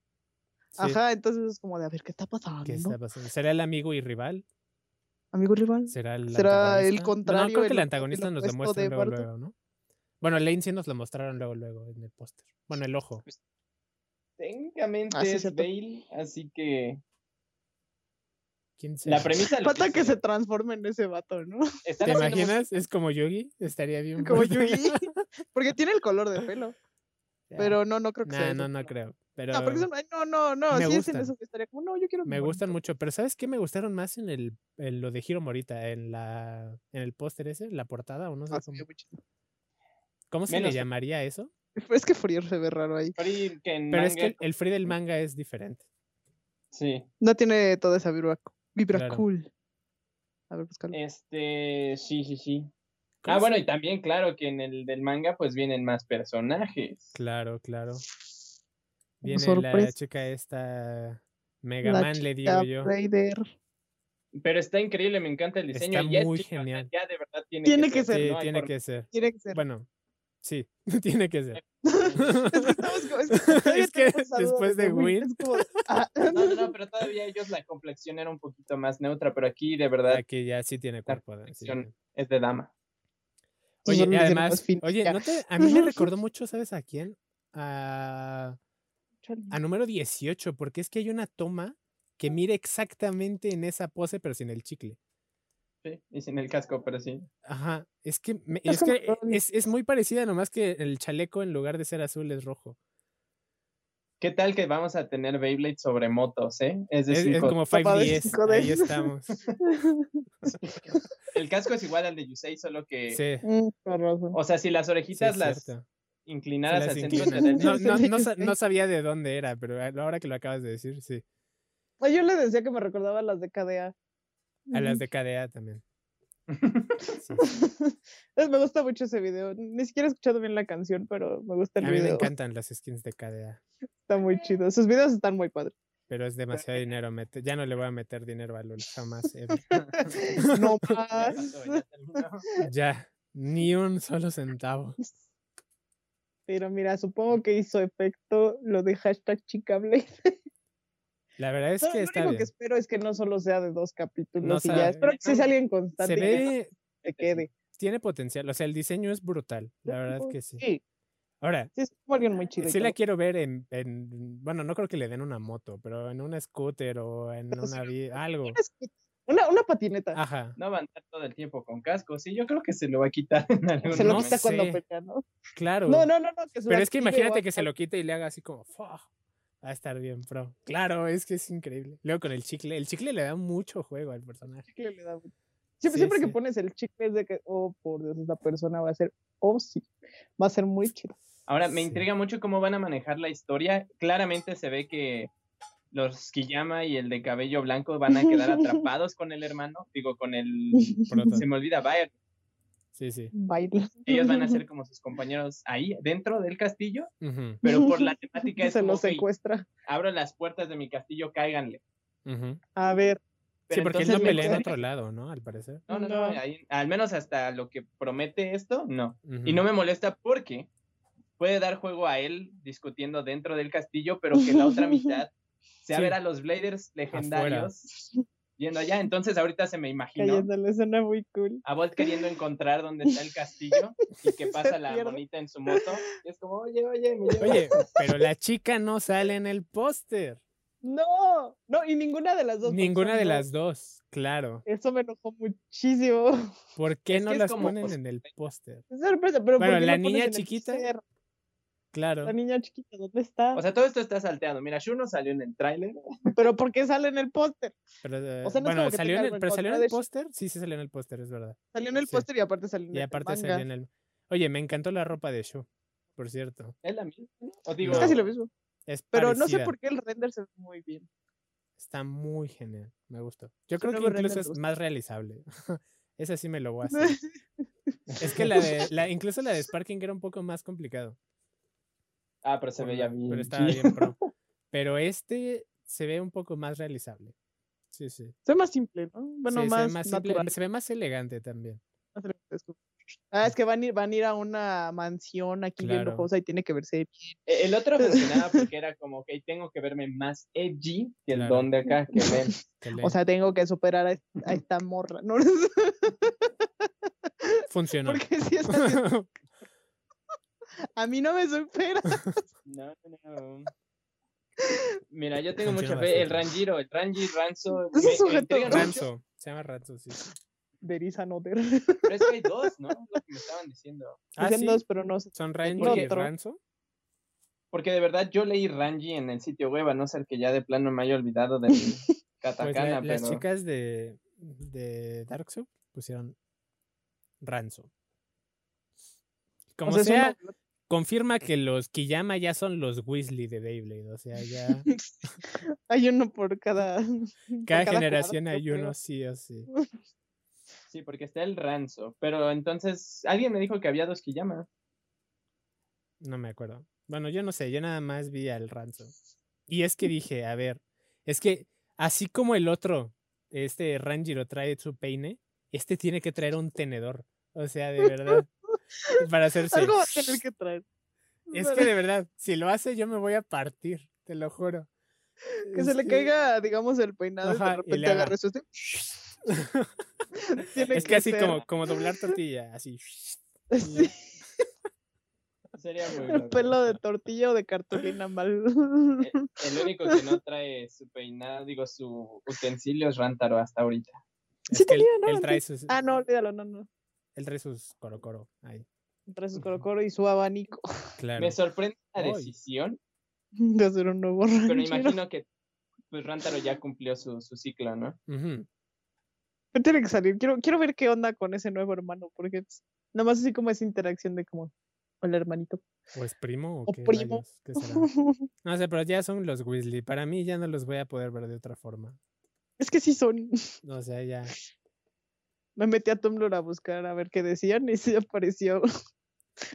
Sí, Ajá, entonces es como de a ver qué está pasando. ¿qué está pasando? ¿Será el amigo y rival? Amigo rival. ¿Será el ¿Será el antagonista? No, contrario, creo que el- el el antagonista nos lo opuesto muestran de luego, Bardo? luego, ¿no? Bueno, Lane sí nos lo mostraron luego, luego en el póster. Bueno, el ojo. Técnicamente Ah, sí, es cierto. Bale, así que ¿Quién será? la premisa lo Falta que dice. se transforme en ese vato, ¿no? Están ¿Te haciendo mucho- imaginas? Es como Yugi, estaría bien. Como bueno. Yugi. Porque tiene el color de pelo. Ya. Pero no, no creo que sea. Nah, ese. no, no creo. Pero No, porque son- ay, no, no, no, Me sí es en gustan. eso que estaría como, no, yo quiero me mi gustan monito. mucho. Pero ¿sabes qué? Me gustaron más en el en lo de Hiro Morita, en la en el póster ese, la portada o no sé Ah, se cómo. ve muy chido. ¿Cómo se Menos- le llamaría eso? Pero Es que Fourier se ve raro ahí. Free, que en Pero es que manga- el, el free del manga es diferente. Sí. No tiene toda esa vibra, vibra Claro. Eh, cool. A ver, búscalo. Este, sí, sí, sí. ¿Cómo Ah, bueno, se- y también, claro, que en el del manga pues vienen más personajes. Claro, claro. Como Viene la sorpresa. chica esta Mega La Man, le digo chica yo. Raider. Pero está increíble, me encanta el diseño. Está y ya es muy chica, o sea, genial. Ya de verdad tiene, Tiene que ser, Sí, no hay tiene forma. que ser. Tiene que ser. Bueno, sí, tiene que ser. Es que estamos como- es que todavía Es que tenemos esa duda después de Win, Win. es como, ah, No, no, no, pero todavía ellos la complexión era un poquito más neutra, pero aquí de verdad Aquí ya sí tiene cuerpo. de- sí perfección. tiene. es de dama. Sí, Oye, solo y le hicieron además, más fin, oye, ya. ¿no te- a mí me recordó mucho, ¿sabes a quién? A, chale. a número 18, porque es que hay una toma que mira exactamente en esa pose, pero sin el chicle. Sí, y sin el casco, pero sí. Ajá, es que, me- Es es, como que eh, Robin. es, es muy parecida, nomás que el chaleco en lugar de ser azul es rojo. ¿Qué tal que vamos a tener Beyblade sobre motos, eh? Es Es, decir, es como Papá de 510, cinco ahí de- estamos. el casco es igual al de Yusei, solo que... Sí, Mm, con razón. O sea, si las sí, orejitas es las cierto. Sí, inclinaras las al centro inclina. te da el- No, no, no sa- Yusei. no sabía de dónde era, pero a- ahora que lo acabas de decir, sí. Ay, Yo le decía que me recordaba a las de KDA. A las Ujú. de KDA también. Sí. Es- me gusta mucho ese video. Ni siquiera he escuchado bien la canción, pero me gusta A el mí me video. encantan las skins de KDA, Está muy chido. Sus videos están muy padres. pero es demasiado dinero. mete- Ya no le voy a meter dinero a LOL, jamás. ever. No Ya más. pasó, ya terminó. Ya, ni un solo centavo. Pero mira, supongo que hizo efecto lo de hashtag chicable. La verdad es No, que lo está único bien. que espero es que no solo sea de dos capítulos No y ya. sabe. Espero que sí sea alguien Se constante y que ve, se quede. tiene potencial. O sea, el diseño es brutal. La verdad que sí. Sí, Ahora, sí, es como alguien muy chido. y sí la todo. quiero ver en, en- Bueno, no creo que le den una moto, pero en un scooter o en Pero sí una. vi- Algo. Una scoot- Una, una patineta. Ajá. No va a andar todo el tiempo con casco. Sí, yo creo que se lo va a quitar en algún se lo no quita momento. cuando sé. pelea, ¿no? Claro. No, no, no, no. Que se Pero la es que active o imagínate que algo. se lo quite y le haga así como, "Fua, va a estar bien, pro. Claro, es que es increíble. Luego con el chicle, el chicle le da mucho juego al personaje. chicle le da mucho. Siempre, Sí, siempre que sí. pones el chicle es de que, oh, por Dios, esta persona va a ser, oh, sí, va a ser muy chida. Ahora, me Sí. intriga mucho cómo van a manejar la historia. Claramente se ve que los Kiyama y el de cabello blanco van a quedar atrapados con el hermano. Digo, con el... Proto. Se me olvida, Baer. Sí, sí. Baila. Ellos van a ser como sus compañeros ahí, dentro del castillo. Ujú, Pero por la temática es Se como, lo "Ok, secuestra. abro las puertas de mi castillo, cáiganle. ujú. A ver, Sí, Pero porque él entonces no me pelea en gustaría- otro lado, ¿no? Al parecer. No, no, no, No. ahí- al menos hasta lo que promete esto, no. Y Ujú. no me molesta porque puede dar juego a él discutiendo dentro del castillo, pero que la otra mitad sea Sí. ver a los Bladers legendarios yendo allá. Entonces ahorita se me imaginó cayéndole, suena muy cool. a Bolt queriendo encontrar dónde está el castillo y que Se pasa la pierde. bonita en su moto. Y es como, oye, oye, me llevas". Oye, pero la chica no sale en el póster. No, no, y ninguna de las dos. porque Ninguna son de dos. las dos, claro. Eso me enojó muchísimo. ¿Por qué Es no que es las como pues ponen cos- en el póster? Es sorpresa, pero Bueno, ¿por qué la lo pones niña en el chiquita, póster? Claro. La niña chiquita, ¿dónde está? O sea, todo esto está salteado. Mira, Shuno salió en el tráiler. pero ¿por qué sale en el póster? Pero, eh, O sea, no es bueno, como que salió en tenga el, algo en pero salió en contra el de Sh- póster. Sí, sí salió en el póster, es verdad. Salió en el Sí. póster y aparte salió en Y el aparte manga. salió en el. Oye, me encantó la ropa de Shu, por cierto. ¿Es la misma? O el- digo, Es casi lo mismo. Es Pero no sé parecida. por qué el render se ve muy bien. Está muy genial. Me gustó. Yo Su creo que nuevo render incluso me es gusta. más realizable. Esa sí me lo voy a hacer. es que la de. La, incluso la de Sparking era un poco más complicado. ah, pero se por veía la- bien. Pero estaba chido. bien pro. Pero este se ve un poco más realizable. Sí, sí. Se ve más simple, ¿no? Bueno, Sí, se ve más, simple, natural. se ve más elegante también. más elegante. Ah, es que van a ir, van a ir a una mansión aquí bien Claro. lujosa y tiene que verse bien. E- El otro funcionaba porque era como, ok, tengo que verme más edgy que el Claro. don de acá que ven. que O le- sea, tengo que superar a, es- a esta morra, ¿no? funcionó. Porque si es así, a mí no me supera. No, no. Mira, yo tengo mucha Funciona fe. El bastante. Ranjiro, el Ranji, Ranzo. Ese me- me sujeto- intrigan mucho, Ranzo. Se llama Ranzo, sí. sí. Derisa no der. Pero es que hay dos, ¿no? Lo que me estaban diciendo. Ah, Dicen sí. dos, pero no sé. Son Porque- Ranji y Ranzo. Porque de verdad yo leí Ranji en el sitio web, a no ser que ya de plano me haya olvidado de mi Pues la- katakana, las pero. chicas de, de Dark Souls pusieron Ranzo. Como o sea, es sea, una- confirma que los Kiyama ya son los Weasley de Beyblade. O sea, ya Hay uno por cada. por cada cada generación cuadro, hay yo creo. uno sí o sí. Sí, porque está el Ranzo. Pero entonces, alguien me dijo que había dos Kiyama. No me acuerdo. Bueno, yo no sé, yo nada más vi al Ranzo. Y es que dije, a ver, es que así como el otro, este Ranjiro trae su peine, este tiene que traer un tenedor. O sea, de verdad. Para hacerse. Algo va a tener que traer. Es Para que de verdad, si lo hace, yo me voy a partir, te lo juro. Este, que se Es le que- caiga, digamos, el peinado y Ajá, y de le repente haga. agarre su. Tiene Es que así ser- como, como doblar tortilla, así. Sí, Sería muy el loco. pelo de tortilla o de cartulina mal. El único que no trae su peinado, digo, su utensilio es Rantaro hasta ahorita. Es Sí que él, tenía, ¿no? él trae Antes. sus, Ah, no, olvídalo, no, no. él trae sus coro coro ahí. Trae su Ujú. corocoro y su abanico Claro. Me sorprende la Ay. decisión, de hacer un nuevo pero me ranchero. imagino que pues Rantaro ya cumplió su, su ciclo, ¿no? Ujú. Pero tiene que salir. Quiero, quiero ver qué onda con ese nuevo hermano, porque es- nada más así como esa interacción de como, hola hermanito. O es primo o, O qué primo. rayos, ¿qué será? No sé, pero ya son los Weasley. Para mí ya no los voy a poder ver de otra forma. es que sí son. O sea, ya. Me metí a Tumblr a buscar a ver qué decían y sí apareció.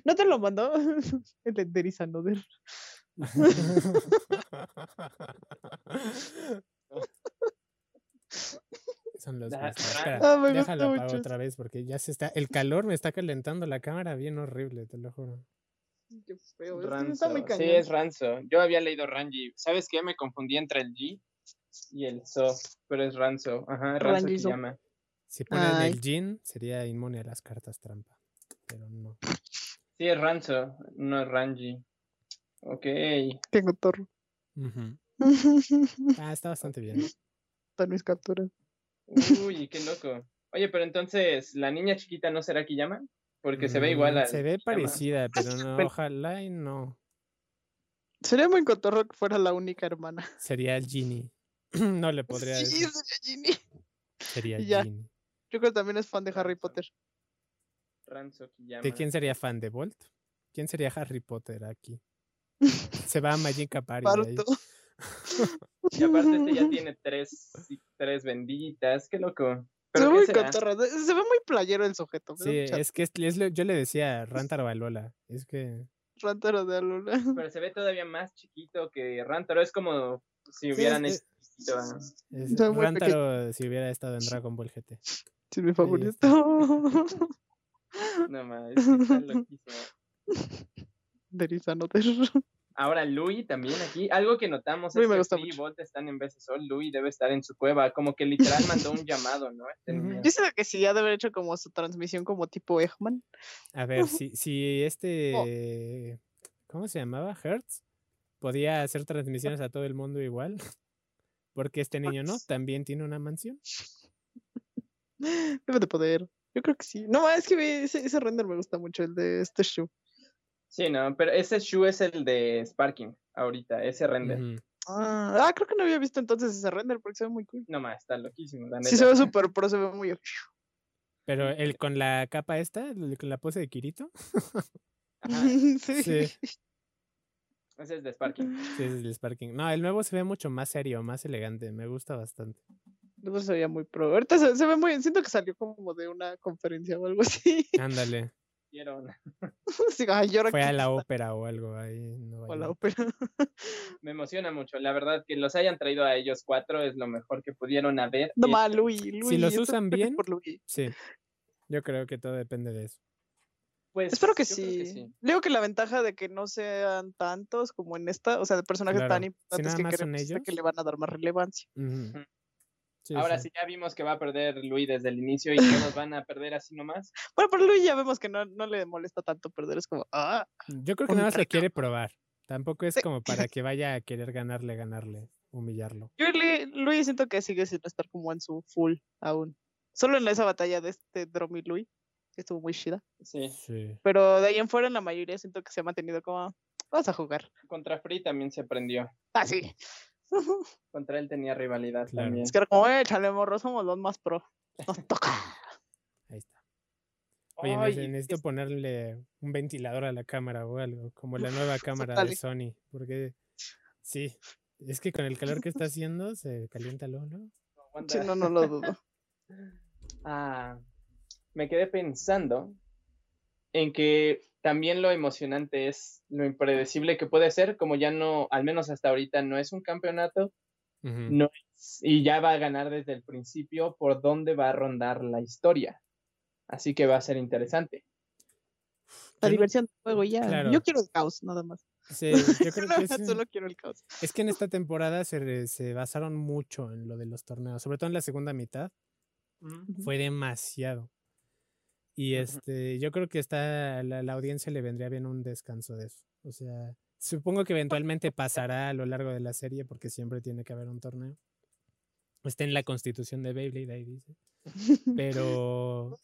¿No te lo mandó? El de Deris Anoder. Son los Da- Weasley. da- Espera, Ah, me déjalo gusta apago mucho otra vez porque ya se está. El calor me está calentando la cámara bien horrible, te lo juro. Qué feo. es- este, Está Ranzo. muy Sí, cañón. es Ranzo. Yo había leído Ranji. ¿Sabes qué? Me confundí entre el G y el So, pero es Ranzo. Ajá, Ranzo Ranji se So. llama. Si ponen Ay. el jean, sería inmune a las cartas trampa. Pero no. Sí, es Ranzo, no es Ranji. Ok. Qué cotorro. Ujú. Están Ah, está bastante bien. mis capturas. Uy, qué loco. Oye, pero entonces, ¿la niña chiquita no será Kiyama? Porque se ve igual Mm, a. Se ve parecida, pero no, Bueno. ojalá y no. Sería muy cotorro que fuera la única hermana. Sería el Genie. no le podría sí, decir. sería Ginny. Sería el ya. Genie. Yo creo que también es fan de Harry Potter. Ranzo Kiyama. ¿De quién sería fan de Bolt? ¿Quién sería Harry Potter aquí? Se va a Magica Party. de ahí. Parto. Y aparte, este ya tiene tres, tres benditas. Qué loco. Se ve ¿Pero qué muy será? cotorro. Se se ve muy playero el sujeto. me da Sí, mucha es que es- es lo- yo le decía a Rantar Balola. Es que. Rántaro de Alola. Pero se ve todavía más chiquito que Rantaro. Es como si es- hubieran es- este, hecho chiquito a- es- Soy muy Rántaro, si hubiera estado en Dragon Ball GT. Sí, mi está. favorito. No más, está loquísimo. Derisa Noder. Ahora Louis también aquí. Algo que notamos Louis es me que gusta Free y mucho. Bolt están en veces sol. Louis debe estar en su cueva. Como que literal mandó un llamado, ¿no? Este Ujú. niño. Yo siento que sí, ya debe haber hecho como su transmisión como tipo Eggman. A ver, si, si este. Oh. ¿Cómo se llamaba? Hertz. Podía hacer transmisiones a todo el mundo igual. Porque este niño no, Hertz. también tiene una mansión. Debe de poder. Yo creo que sí. No, es que ve- ese, ese render me gusta mucho, el de este show. Sí, no, pero ese shoe es el de Sparking, ahorita, ese render. Ujú. Ah, ah, creo que no había visto entonces ese render porque se ve muy cool. No más, está loquísimo, la Sí, neta. se ve súper pro, se ve muy. Pero el con la capa esta, el- con la pose de Kirito, Ajá, sí. Sí. ese es de Sparking. sí, es el Sparking. No, el nuevo se ve mucho más serio, más elegante, me gusta bastante. Luego se veía muy pro. Ahorita se, se ve muy. Siento que salió como de una conferencia o algo así. Ándale, Quiero- Así, ay, ¿y ahora fue qué? a la ópera o algo ahí. en Nueva O a la York. ópera. Me emociona mucho, la verdad, que los hayan traído a ellos cuatro es lo mejor que pudieron haber. No y- más, Luis, Luis. los estoy usan feliz bien, por Luis. Sí, yo creo que todo depende de eso. pues, Espero que yo creo sí. Digo que la ventaja de que no sean tantos como en esta, o sea, de personajes tan Claro. Si importantes nada que más son queremos es que ellos. le van a dar más relevancia. Ujú. Sí, Ahora sí. sí, ya vimos que va a perder Luis desde el inicio y que nos van a perder así nomás. Bueno, pero Luis ya vemos que no, no le molesta tanto perder, es como, ah, Yo creo que nada más lo Contrario. quiere probar. Tampoco es Sí. como para que vaya a querer ganarle, ganarle, humillarlo. Yo le- Luis siento que sigue sin estar como en su full aún. Solo en esa batalla de este Dromi Luis, que estuvo muy chida. Sí. Sí. Pero de ahí en fuera, en la mayoría siento que se ha mantenido como, vas a jugar. Contra Free también se prendió. Ah, sí. Contra él tenía rivalidad Claro. también. es que era como, eh, chale, morro, somos los más pro. Nos toca. Ahí está. Oye, Ay, nece- este necesito ponerle un ventilador a la cámara o algo, como la nueva cámara dale. de Sony, porque sí, es que con el calor que está haciendo se calienta luego, ¿no? Sí, aguanta. no, no lo dudo. Ah, me quedé pensando en que también lo emocionante es lo impredecible que puede ser, como ya no, al menos hasta ahorita, no es un campeonato Ujú. No. y ya va a ganar desde el principio por dónde va a rondar la historia. Así que va a ser interesante. Yo La no- diversión del juego y ya. Claro. Yo quiero el caos, nada más. Sí, yo creo que es, Solo quiero el caos. es que en esta temporada se, re- se basaron mucho en lo de los torneos, sobre todo en la segunda mitad. fue demasiado. Y Ujú. este, yo creo que está la, la audiencia le vendría bien un descanso de eso. O sea, supongo Pues que eventualmente pasará a lo largo de la serie porque siempre tiene que haber un torneo. Está en la constitución de Beyblade, ahí dice. Pero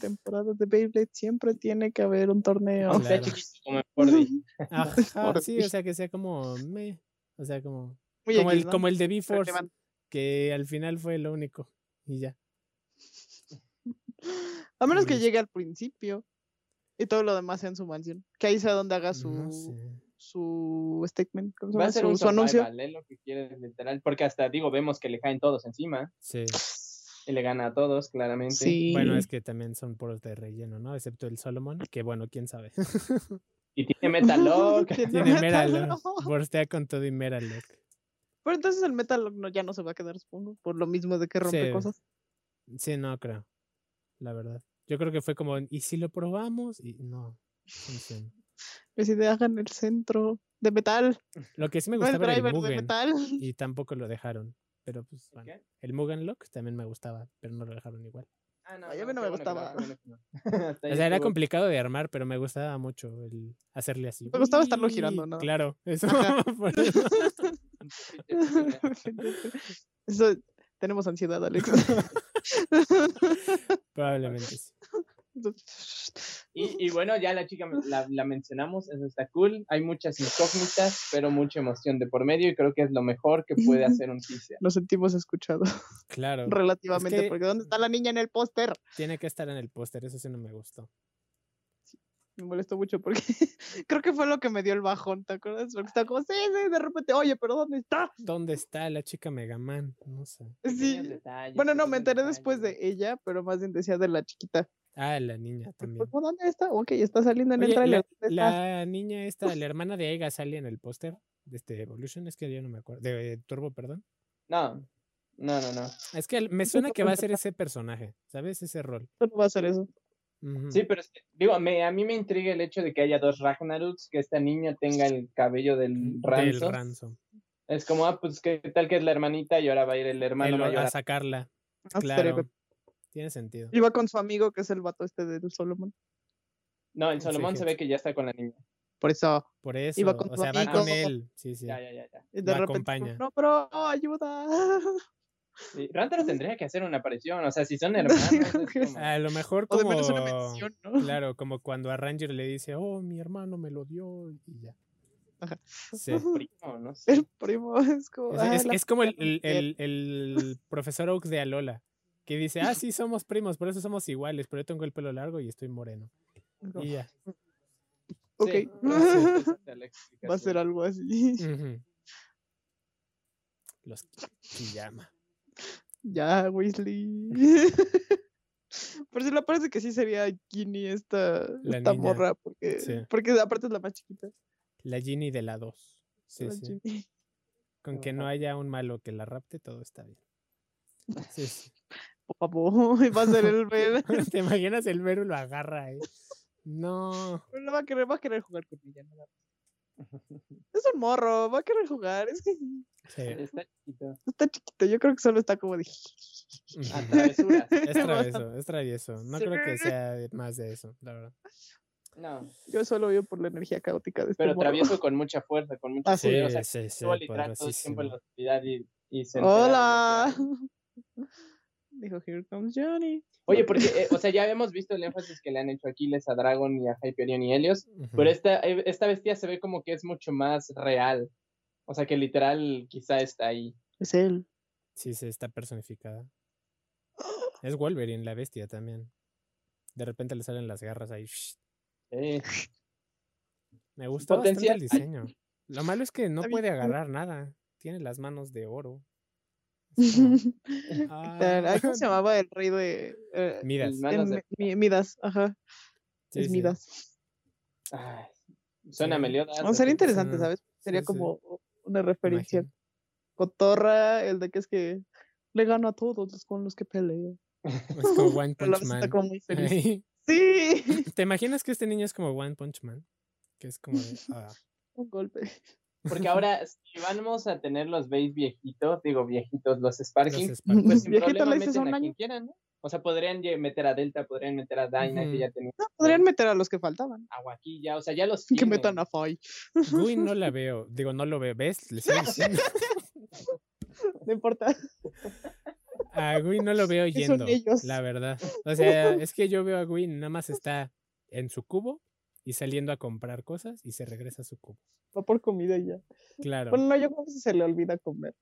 Temporadas de Beyblade siempre tiene que haber un torneo. Aunque sea Claro. chiquito como en 4D. ajá, Por sí, o sea que sea como meh, o sea como Muy como X, el ¿no? como el de B-Force Relevante. que al final fue lo único y ya. A menos que Luis. llegue al principio y todo lo demás sea en su mansión. Que ahí sea donde haga su, No sé. su statement, ¿cómo se Va a llama? ser su, un Pues, su anuncio. survival, ¿eh? lo que quieres, literal. Porque hasta, digo, vemos que le caen todos encima. Sí. Y le gana a todos, claramente. Sí. Bueno, es que también son puros de relleno, ¿no? Excepto el Solomon, que bueno, quién sabe. Y tiene Metaloc. Tiene Tiene Metal Meralok. Lock. Borstea con todo y Meralok. Pero entonces el Metal no, ya no se va a quedar, supongo, por lo mismo de que rompe Sí. cosas. Sí, no creo. La verdad. Yo creo que fue como, ¿y si lo probamos? Y no. funciona. Es idea, hagan el centro de metal, Lo que sí me no el gustaba era el driver de Mugen. metal. Y tampoco lo dejaron. Pero pues, bueno. ¿Qué? El Mugen Lock también me gustaba, pero no lo dejaron igual. Ah, no, Ay, a mí no qué me bueno que gustaba. qué bueno que no. Hasta O ahí sea, era estuvo. complicado de armar, pero me gustaba mucho el hacerle así. Me gustaba estarlo girando, "Uy". ¿no? Claro, eso. Ajá. por eso. Eso, tenemos ansiedad, Alex. Probablemente sí. Y, y bueno, ya la chica me- la, la mencionamos, eso está cool. Hay muchas incógnitas, pero mucha emoción de por medio y creo que es lo mejor que puede hacer un teaser. Nos sentimos escuchados Claro. relativamente, que- porque ¿dónde está la niña en el póster? Tiene que estar en el póster, eso sí no me gustó. Me molestó mucho porque creo que fue lo que me dio el bajón, ¿te acuerdas? Porque estaba como, sí, sí, de repente, oye, pero ¿dónde está? ¿Dónde está la chica Megaman? No sé. Sí. Pequeños detalles, Bueno, no, pequeños me enteré después de detalles. ella, pero más bien decía de la chiquita. Ah, la niña Fue también. como, ¿Dónde está? Ok, está saliendo Pues, en el Oye, trailer. la, la niña esta, la hermana de Ega sale en el póster de este Evolution, es que yo no me acuerdo. De Turbo, perdón. No, no, no, no. Es que al- me Eso suena no que va a cuenta. ser ese personaje, ¿sabes? Ese rol. No va a hacer eso. Ujú. Sí, pero es que, digo, me- a mí me intriga el hecho de que haya dos Ragnaruks, que esta niña tenga el cabello del Del ranzo. ranzo. Es como, ah, pues qué tal que es la hermanita y ahora va a ir el hermano El- mayor. a a- sacarla. Ah, estaría Claro. cool. Tiene sentido. Iba con su amigo, que es el vato este del Solomon. No, el Sí, Solomón se ve gente. que ya está con la niña. Por eso. Por eso. con o tu sea, va con amigo. él. Sí, sí. Ya, ya, ya, ya. Y de Lo repente, como, acompaña. no, pero ayuda. Sí, Rantaro tendría que hacer una aparición, o sea, si son hermanos. es como- A lo mejor O de como. menos una mención, ¿no? Claro, como cuando a Ranger le dice, oh, mi hermano me lo dio y ya. Ajá. Sí. primo, no sé. El primo es como. Es, "Ah, es- la es como el, puta el- mujer". el- el profesor Oak de Alola, que dice, ah, sí, somos primos, por eso somos iguales, pero yo tengo el pelo largo y estoy moreno. Como, Y ya. Ok. Sí, Va esa es la explicación. a ser algo así. Ujú. Los Kiyama. Ya, Weasley. Por si la parece que sí sería Ginny esta, La esta niña. morra, porque, Sí. porque aparte es la más chiquita. La Ginny de la 2. Sí, la sí. Ginny. Con que no haya un malo que la rapte, todo está bien. Sí, sí. Por favor, va a ser el Ben. ¿Te imaginas? El Vero lo agarra, eh. No. No va a querer, va a querer jugar con ella. nada más. Es un morro, va a querer jugar. Es que Sí. Está chiquito. Ah, está chiquito, yo creo que solo está como de. Ah, A Ujú. travesuras. Es travieso, es travieso. No creo que Sí. sea de- más de eso, la verdad. No, Yo solo vivo por la energía caótica de este pero morro. travieso con mucha fuerza, con mucha Ah, sí. fuerza. O sea, sí, estuvo literal todo el tiempo en la hospitalidad y, y se entera de lo que ¡Hola! hay. Dijo, Here comes Johnny. Oye, porque, eh, o sea, ya habíamos visto el énfasis que le han hecho a Aquiles, a Dragon y a Hyperion y Helios, poderosísimo. Pero Ujú. esta, eh, esta bestia se ve como que es mucho más real. O sea, que literal quizá está ahí. Es él. Sí, sí, está personificada. Es Wolverine, la bestia también. De repente le salen las garras ahí. Eh, Me gusta bastante el Potencial. diseño. Lo malo es que no Está bien puede cool. agarrar nada. Tiene las manos de oro. Es como, "Ah". Tal, ay, ¿Cómo se llamaba el rey de. eh, Midas. El Manos en de- Mi- Mi- Midas, ajá. Sí, es sí. Midas. ay, suena Sí. Meliodas. O así. sería interesante, Ajá, ¿sabes? Sería sí. como una referencia. Imagín- Cotorra, el de que es que le gana a todos los con los que pelea. Es como One Pero la Punch vez Man. está como muy feliz. Ahí. ¡Sí! ¿Te imaginas que este niño es como One Punch Man? Que es como de, "Ah". Un golpe. Porque ahora, si vamos a tener los Bays viejitos, digo viejitos, los Sparking, Los Sparks. pues sin Viejito problema le dices meten un a quien año. quieran, ¿no? O sea, podrían ye- meter a Delta, podrían meter a Dyna, Ujú. que ya tenía No, podrían meter a los que faltaban. a Waquilla, o sea, ya los Que tienen. metan a Fai. pues, Gui no la veo. Digo, no lo veo. ¿Ves? Le sigo diciendo. No importa. A Gui no lo veo son yendo, ellos. la verdad. O sea, es que yo veo a Gui nada más está en su cubo y saliendo a comprar cosas y se regresa a su cubo. Va por comida y ya. Claro. Bueno, no, yo creo que se le olvida comer.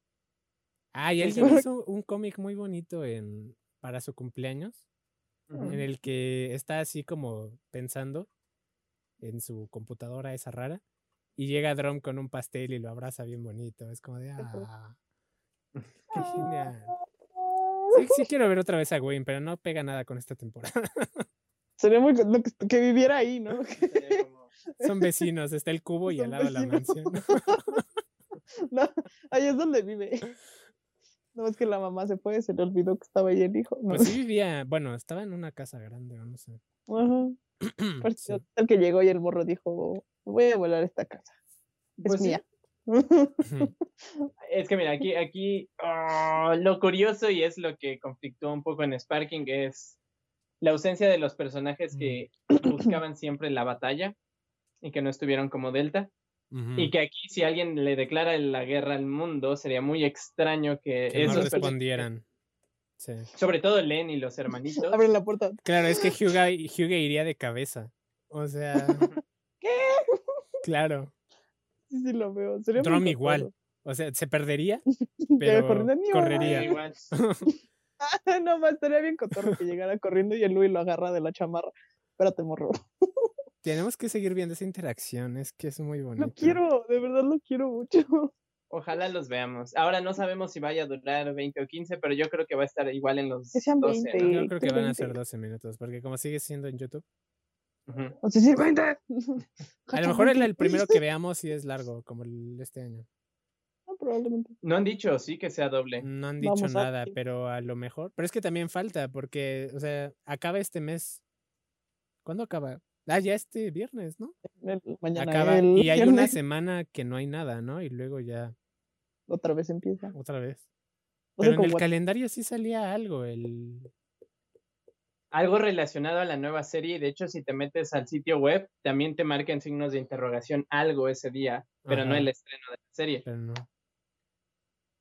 Ah, y alguien hizo un cómic muy bonito en, para su cumpleaños, Mm. Ujú. en el que está así como pensando en su computadora esa rara y llega Drum con un pastel y lo abraza bien bonito. Es como de, ah, qué genial. Sí, sí quiero ver otra vez a Gwen, pero no pega nada con esta temporada. Sería muy lo que, que viviera ahí, ¿no? Sería como- Son vecinos, está el cubo y Son al lado la mansión. vecinos. No, ahí es donde vive. No, es que la mamá se fue, se le olvidó que estaba ahí el hijo. ¿no? Pues sí vivía, bueno, estaba en una casa grande, o no sé. Ajá. Por Sí. cierto, El que llegó y el morro dijo, voy a volar esta casa. Es Pues sí. mía. Es que mira, aquí, aquí ah, lo curioso y es lo que conflictó un poco en Sparking es la ausencia de los personajes que buscaban siempre la batalla y que no estuvieron como Delta. Y Ujú, que aquí si alguien le declara la guerra al mundo, sería muy extraño que, que esos no personajes, respondieran. Sí. sobre todo Len y los hermanitos, Abren la puerta. Claro, es que Hyuga, Hyuga iría de cabeza. O sea. ¿Qué? Claro. Sí, sí, lo veo. Sería muy Drum cotorro. igual. O sea, se perdería, Llega pero corriendo, "Ni da correría. igual. no, más estaría bien cotorro que llegara corriendo y el Luis lo agarra de la chamarra. Espérate, morro. Tenemos que seguir viendo esa interacción, es que es muy bonito. Lo quiero, de verdad lo quiero mucho. Ojalá los veamos. Ahora no sabemos si vaya a durar 20 o 15, pero yo creo que va a estar igual en los Que sean 12. ¿no? 20. Yo creo que van a ser Excelente. 12 minutos, porque como sigue siendo en YouTube. Ujú. O sea, sí, cuenta. A lo mejor el, el primero primero que veamos sí es largo, como el de este año. probablemente. No han dicho, sí, que sea doble. No han dicho eh, Vamos a ver nada, qué- pero a lo mejor. Pero es que también falta, porque, o sea, acaba este mes. ¿Cuándo acaba? Ah, ya este viernes, ¿no? El- mañana. acaba. el Y hay una viernes semana que no hay nada, ¿no? Y luego ya Otra vez empieza. No otra vez. sé Pero en cómo- el calendario sí salía algo, el. algo relacionado a la nueva serie. y De hecho, si te metes al sitio web, también te marcan signos de interrogación algo ese día, pero no Ajá. el estreno de la serie. Pero no.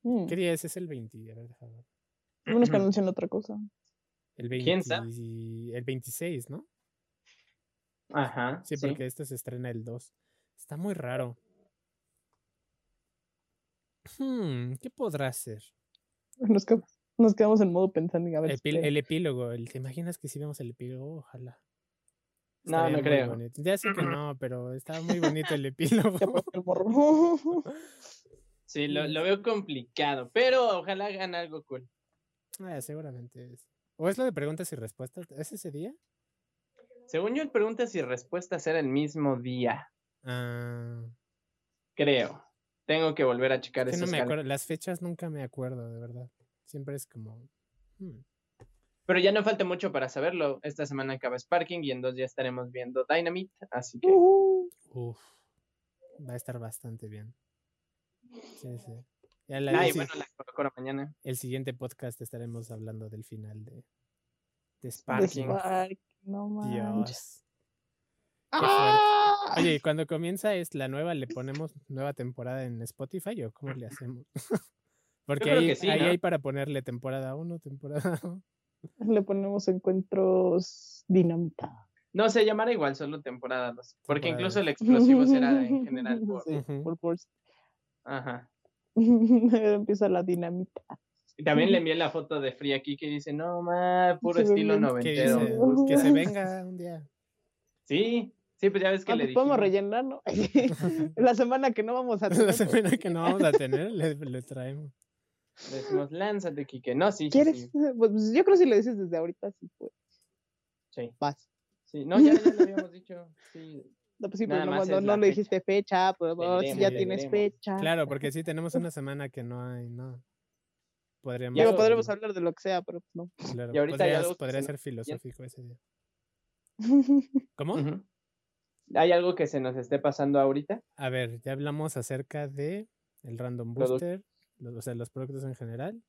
Mm. ¿Qué día es? Es el 20. A ver, déjame ver. Algunos que anuncian otra cosa. El, ¿Quién 20 sabe? el 26, ¿no? Ajá. Sí, porque este se estrena el 2. Está muy raro. Hmm, ¿Qué podrá ser? Nos, qued- nos quedamos en modo pensando y a ver Pues, si Epil- qué. el epílogo. el- ¿Te imaginas que si vemos el epílogo? Ojalá. No, no Estaría muy creo. bonito. Ya sé que no, pero está muy bonito el epílogo. Ya pasó el morro. Sí, lo, Sí. lo veo complicado, pero ojalá hagan algo cool. Ah, seguramente es. ¿O es lo de preguntas y respuestas? ¿Es ese día? Según yo, el preguntas y respuestas era el mismo día, Ah, creo. Tengo que volver a checar es que eso. no me acuerdo. Las fechas nunca me acuerdo, de verdad. Siempre es como. hmm. Pero ya no falta mucho para saberlo. Esta semana acaba Sparking y en dos días estaremos viendo Dynamite, así Uh, que Ujú. Uf, va a estar bastante bien. Sí, sí. Ya la- Ay, sí, bueno, la Corocoro mañana. El siguiente podcast estaremos hablando del final de, de Pues, De Sparking. Spark, no manches. Dios. ¡Ah! Oye, ¿y cuando comienza es la nueva, le ponemos nueva temporada en Spotify o cómo le hacemos? Porque creo que ahí, sí, ahí ¿no? hay para ponerle temporada 1, temporada 2. Le ponemos encuentros dinamita. No, se llamará igual, solo temporada 2. Porque Temporada incluso dos. el explosivo será en general. por- Sí, Ujú. por Burst. Ajá. Empieza la dinamita. Y también le envié la foto de Free aquí que dice, no, ma, puro Se ve estilo bien. Que noventero. me dice, "Pues, gusta". que se venga un día. Sí, sí, pues ya ves que Ah, le pues podemos dijimos. rellenar, ¿no? la semana que no vamos a tener. La pues, semana que no vamos a tener, le, le traemos. Le decimos, lánzate, Kike. No, sí, sí, ¿Quieres? sí. Pues, pues, yo creo que si le dices desde ahorita, sí, pues Sí, vas. sí. No, ya, ya lo habíamos dicho. Sí. No, pues sí, Nada pero no, más no, es no la le dijiste fecha, pero no, si Tendremos, ya ya tienes veremos. fecha. Claro, porque sí tenemos una semana que no hay, no. Podríamos. Digo, lo- podremos hablar de lo que sea, pero pues, no. claro, y ahorita ya podrías- algo que podría se ser filosófico ese día. ¿Cómo? Ujú. ¿Hay algo que se nos esté pasando ahorita? A ver, ya hablamos acerca de el Random Product- Booster, los, o sea, los productos en general,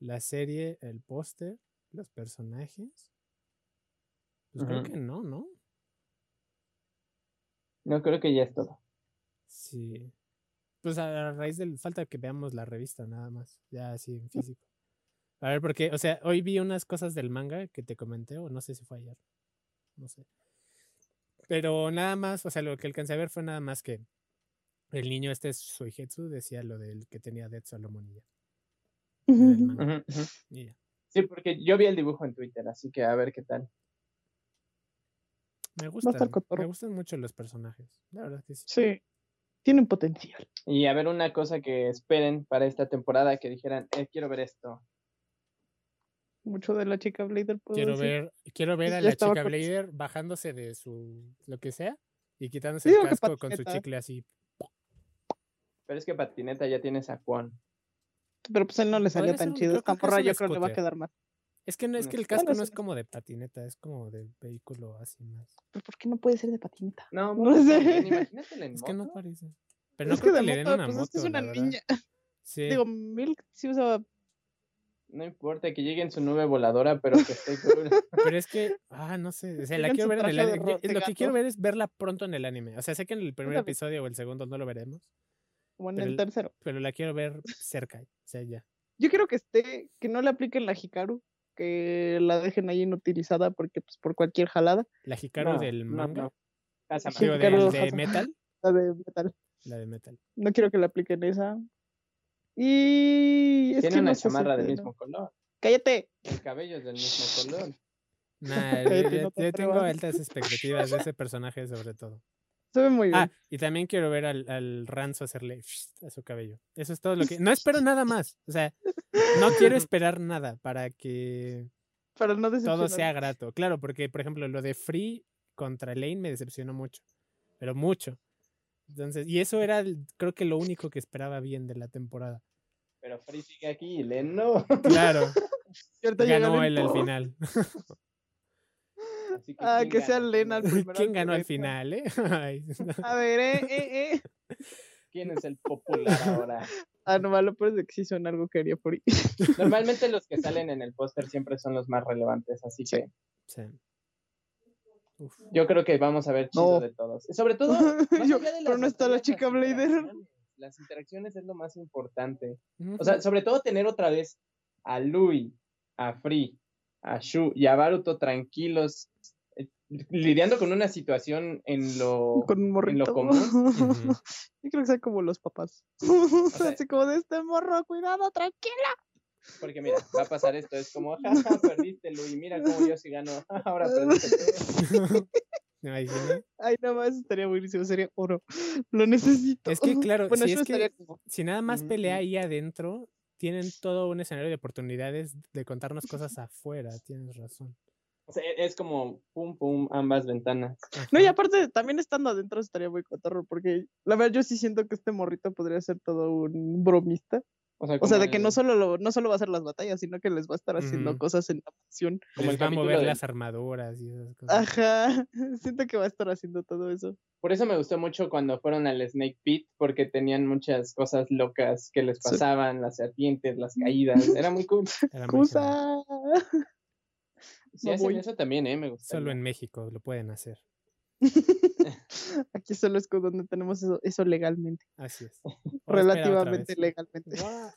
la serie, el póster, los personajes. Pues creo Ujú. que no, ¿no? No, creo que ya es todo. Sí. Pues a a raíz del falta que veamos la revista nada más, ya así en físico. A ver, porque, o sea, hoy vi unas cosas del manga que te comenté, o no sé si fue ayer, no sé. Pero nada más, o sea, lo que alcancé a ver fue nada más que el niño este Suihetsu decía lo del que tenía Dead Solomon y ya. en el manga, Ujú, ujú. y ya. Sí, porque yo vi el dibujo en Twitter, así que a ver qué tal. Me estar gustan, me cotorro. gustan mucho los personajes, la verdad que sí. Sí. Tienen potencial. Y a ver una cosa que esperen para esta temporada, que dijeran, eh, quiero ver esto. Mucho de la chica Blader. puedo Quiero decir. ver, quiero ver a Ya la estaba chica con- Blader bajándose de su lo que sea y quitándose Digo el que casco con su patineta. chicle así. Pero es que patineta ya tienes a Juan. Pero pues él no le salió Podría ser tan un- chido. creo- Esta creo que es porra un yo creo que le va a scooter. quedar mal. Es que no es Bueno, que el bueno, casco no sí. es como de patineta, es como de vehículo así más. ¿Pero ¿Por qué no puede ser de patineta? No, No vamos sé. también, Imagínatela en Es que no moto. parece. Pero no es que creo de que, le den moto, una pues moto. es que es una la verdad. niña. Sí. Digo, Milk sí usaba. No importa que llegue en su nube voladora, pero que esté cool. Pero es que, ah, no sé, o sea, la Tengan quiero su ver en el traje de anime. ro- de Lo que quiero gato. ver es verla pronto en el anime. O sea, sé que en el primer también. episodio o el segundo no lo veremos, Como en Pero el el- tercero. pero la quiero ver cerca, o sea, ya. Yo quiero que esté, que no le apliquen la Hikaru, que la dejen ahí inutilizada porque pues por cualquier jalada. La Hikaru No, del no, manga, no. Pásame. digo, Hikaru del- de, Hassan. metal, La de metal. la de metal. No quiero que le apliquen esa. Y es Tiene que una no sé si chamarra del te- mismo color. Cállate. El cabello es del mismo color. Nah, Cállate, yo, yo- no te yo tengo atrevas. altas expectativas de ese personaje sobre todo. Se ve muy bien. Ah, y también quiero ver al, al Ranzo hacerle a su cabello. Eso es todo lo que. No espero nada más. O sea, no quiero esperar nada para que para no decepcionar. todo sea grato. Claro, porque, por ejemplo, lo de Free contra Lane me decepcionó mucho. Pero mucho. Entonces, y eso era, el- creo que lo único que esperaba bien de la temporada. Pero Free sigue aquí y Len no. Claro, Y ahorita llega ganó él Len. al final. Así que "Pues, Ah, ¿quién que sea gana? Len al primero. ¿Quién ganó al neta. final, eh? Ay, no. A ver, eh, eh, eh. ¿Quién es el popular ahora? Ah, no, malo, pero es que sí son algo que haría por ahí. Normalmente los que salen en el póster siempre son los más relevantes, así Sí. que Sí. Uf. yo creo que vamos a ver chido No. de todos. Sobre todo, más Yo, allá de pero las no está la batallas, chica las Blader. interacciones. Las interacciones es lo más importante. O sea, Ujú. sobre todo tener otra vez a Louis a Free, a Shu y a Baruto tranquilos, eh, lidiando con una situación en lo, Con un en morrito. lo común. Ujú. Yo creo que sea como los papás. sea- Así como de este morro, cuidado, tranquila. Porque mira, va a pasar esto, es como, jaja, perdiste, Luis, mira cómo yo sí gano, "Ja, ja, ahora perdiste. tú". ¿Te imaginas? Ay, no más, estaría buenísimo, sería oro. Lo necesito. Es que, claro, bueno, si eso es que- estaría como. Si nada más Ujú. pelea ahí adentro, tienen todo un escenario de oportunidades de contarnos cosas afuera. Tienes razón. O sea, e-, es como, pum, pum, ambas ventanas. No, y Ajá. aparte, también estando adentro estaría muy cotorro, porque la verdad yo sí siento que este morrito podría ser todo un bromista. O sea, como de que no el- solo, lo, no solo va a hacer las batallas, sino que les va a estar haciendo Ujú. cosas en la mansión. como Les el va a capítulo mover del- las armaduras y esas cosas. Ajá, siento que va a estar haciendo todo eso. Por eso me gustó mucho cuando fueron al Snake Pit, porque tenían muchas cosas locas que les Sí. Mm. pasaban, las serpientes, las caídas, era muy cool. Era muy genial. ¡Cusa! Si No hacen voy. eso también, ¿eh? Me gusta. Solo en México lo pueden hacer. Aquí solo es con donde tenemos eso, eso legalmente, Así es. Ahora espera otra relativamente vez. legalmente. Guau.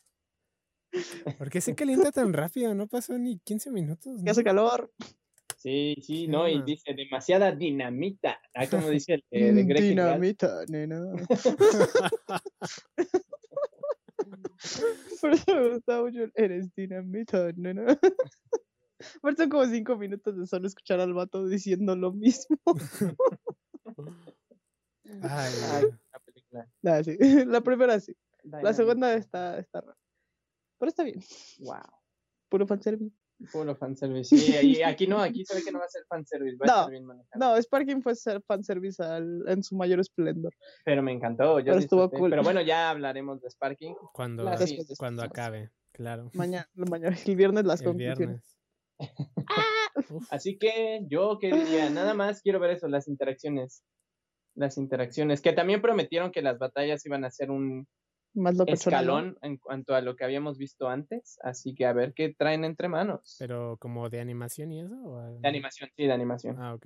¿Por qué se calienta tan rápido? No pasó ni 15 minutos. Que hace ¿no? calor. Sí, sí, ¿Qué no, y onda? dice demasiada dinamita. Ah, como dice el eh, de Mm, Greg Ginral. Dinamita, nena. Por eso me gusta mucho el, Eres dinamita, nena. Aparte son como cinco minutos de solo escuchar al vato diciendo lo mismo. Ay, Ay, la película. Ah, sí, La primera sí. La Dynamite. segunda está, está rara. Pero está bien. Wow. Puro fanservice. Puro fanservice. Sí, y aquí no, aquí se ve que no va a ser fanservice, va a No, estar bien manejado. No, Sparking fue ser fanservice al, en su mayor esplendor. Pero me encantó, yo Pero estuvo disfruté. cool. Pero bueno, ya hablaremos de Sparking. cuando, Las- Después de cuando escucharlas. acabe, claro. Mañana, mañana, el viernes las El conclusiones. viernes. Uf, Así que yo quería, nada más quiero ver eso, las interacciones. Las interacciones, que también prometieron que las batallas iban a ser un Más loco escalón en cuanto a lo que habíamos visto antes, así que a ver qué traen entre manos. pero como de animación y eso. ¿o algo? De animación, sí, de animación. Ah, ok.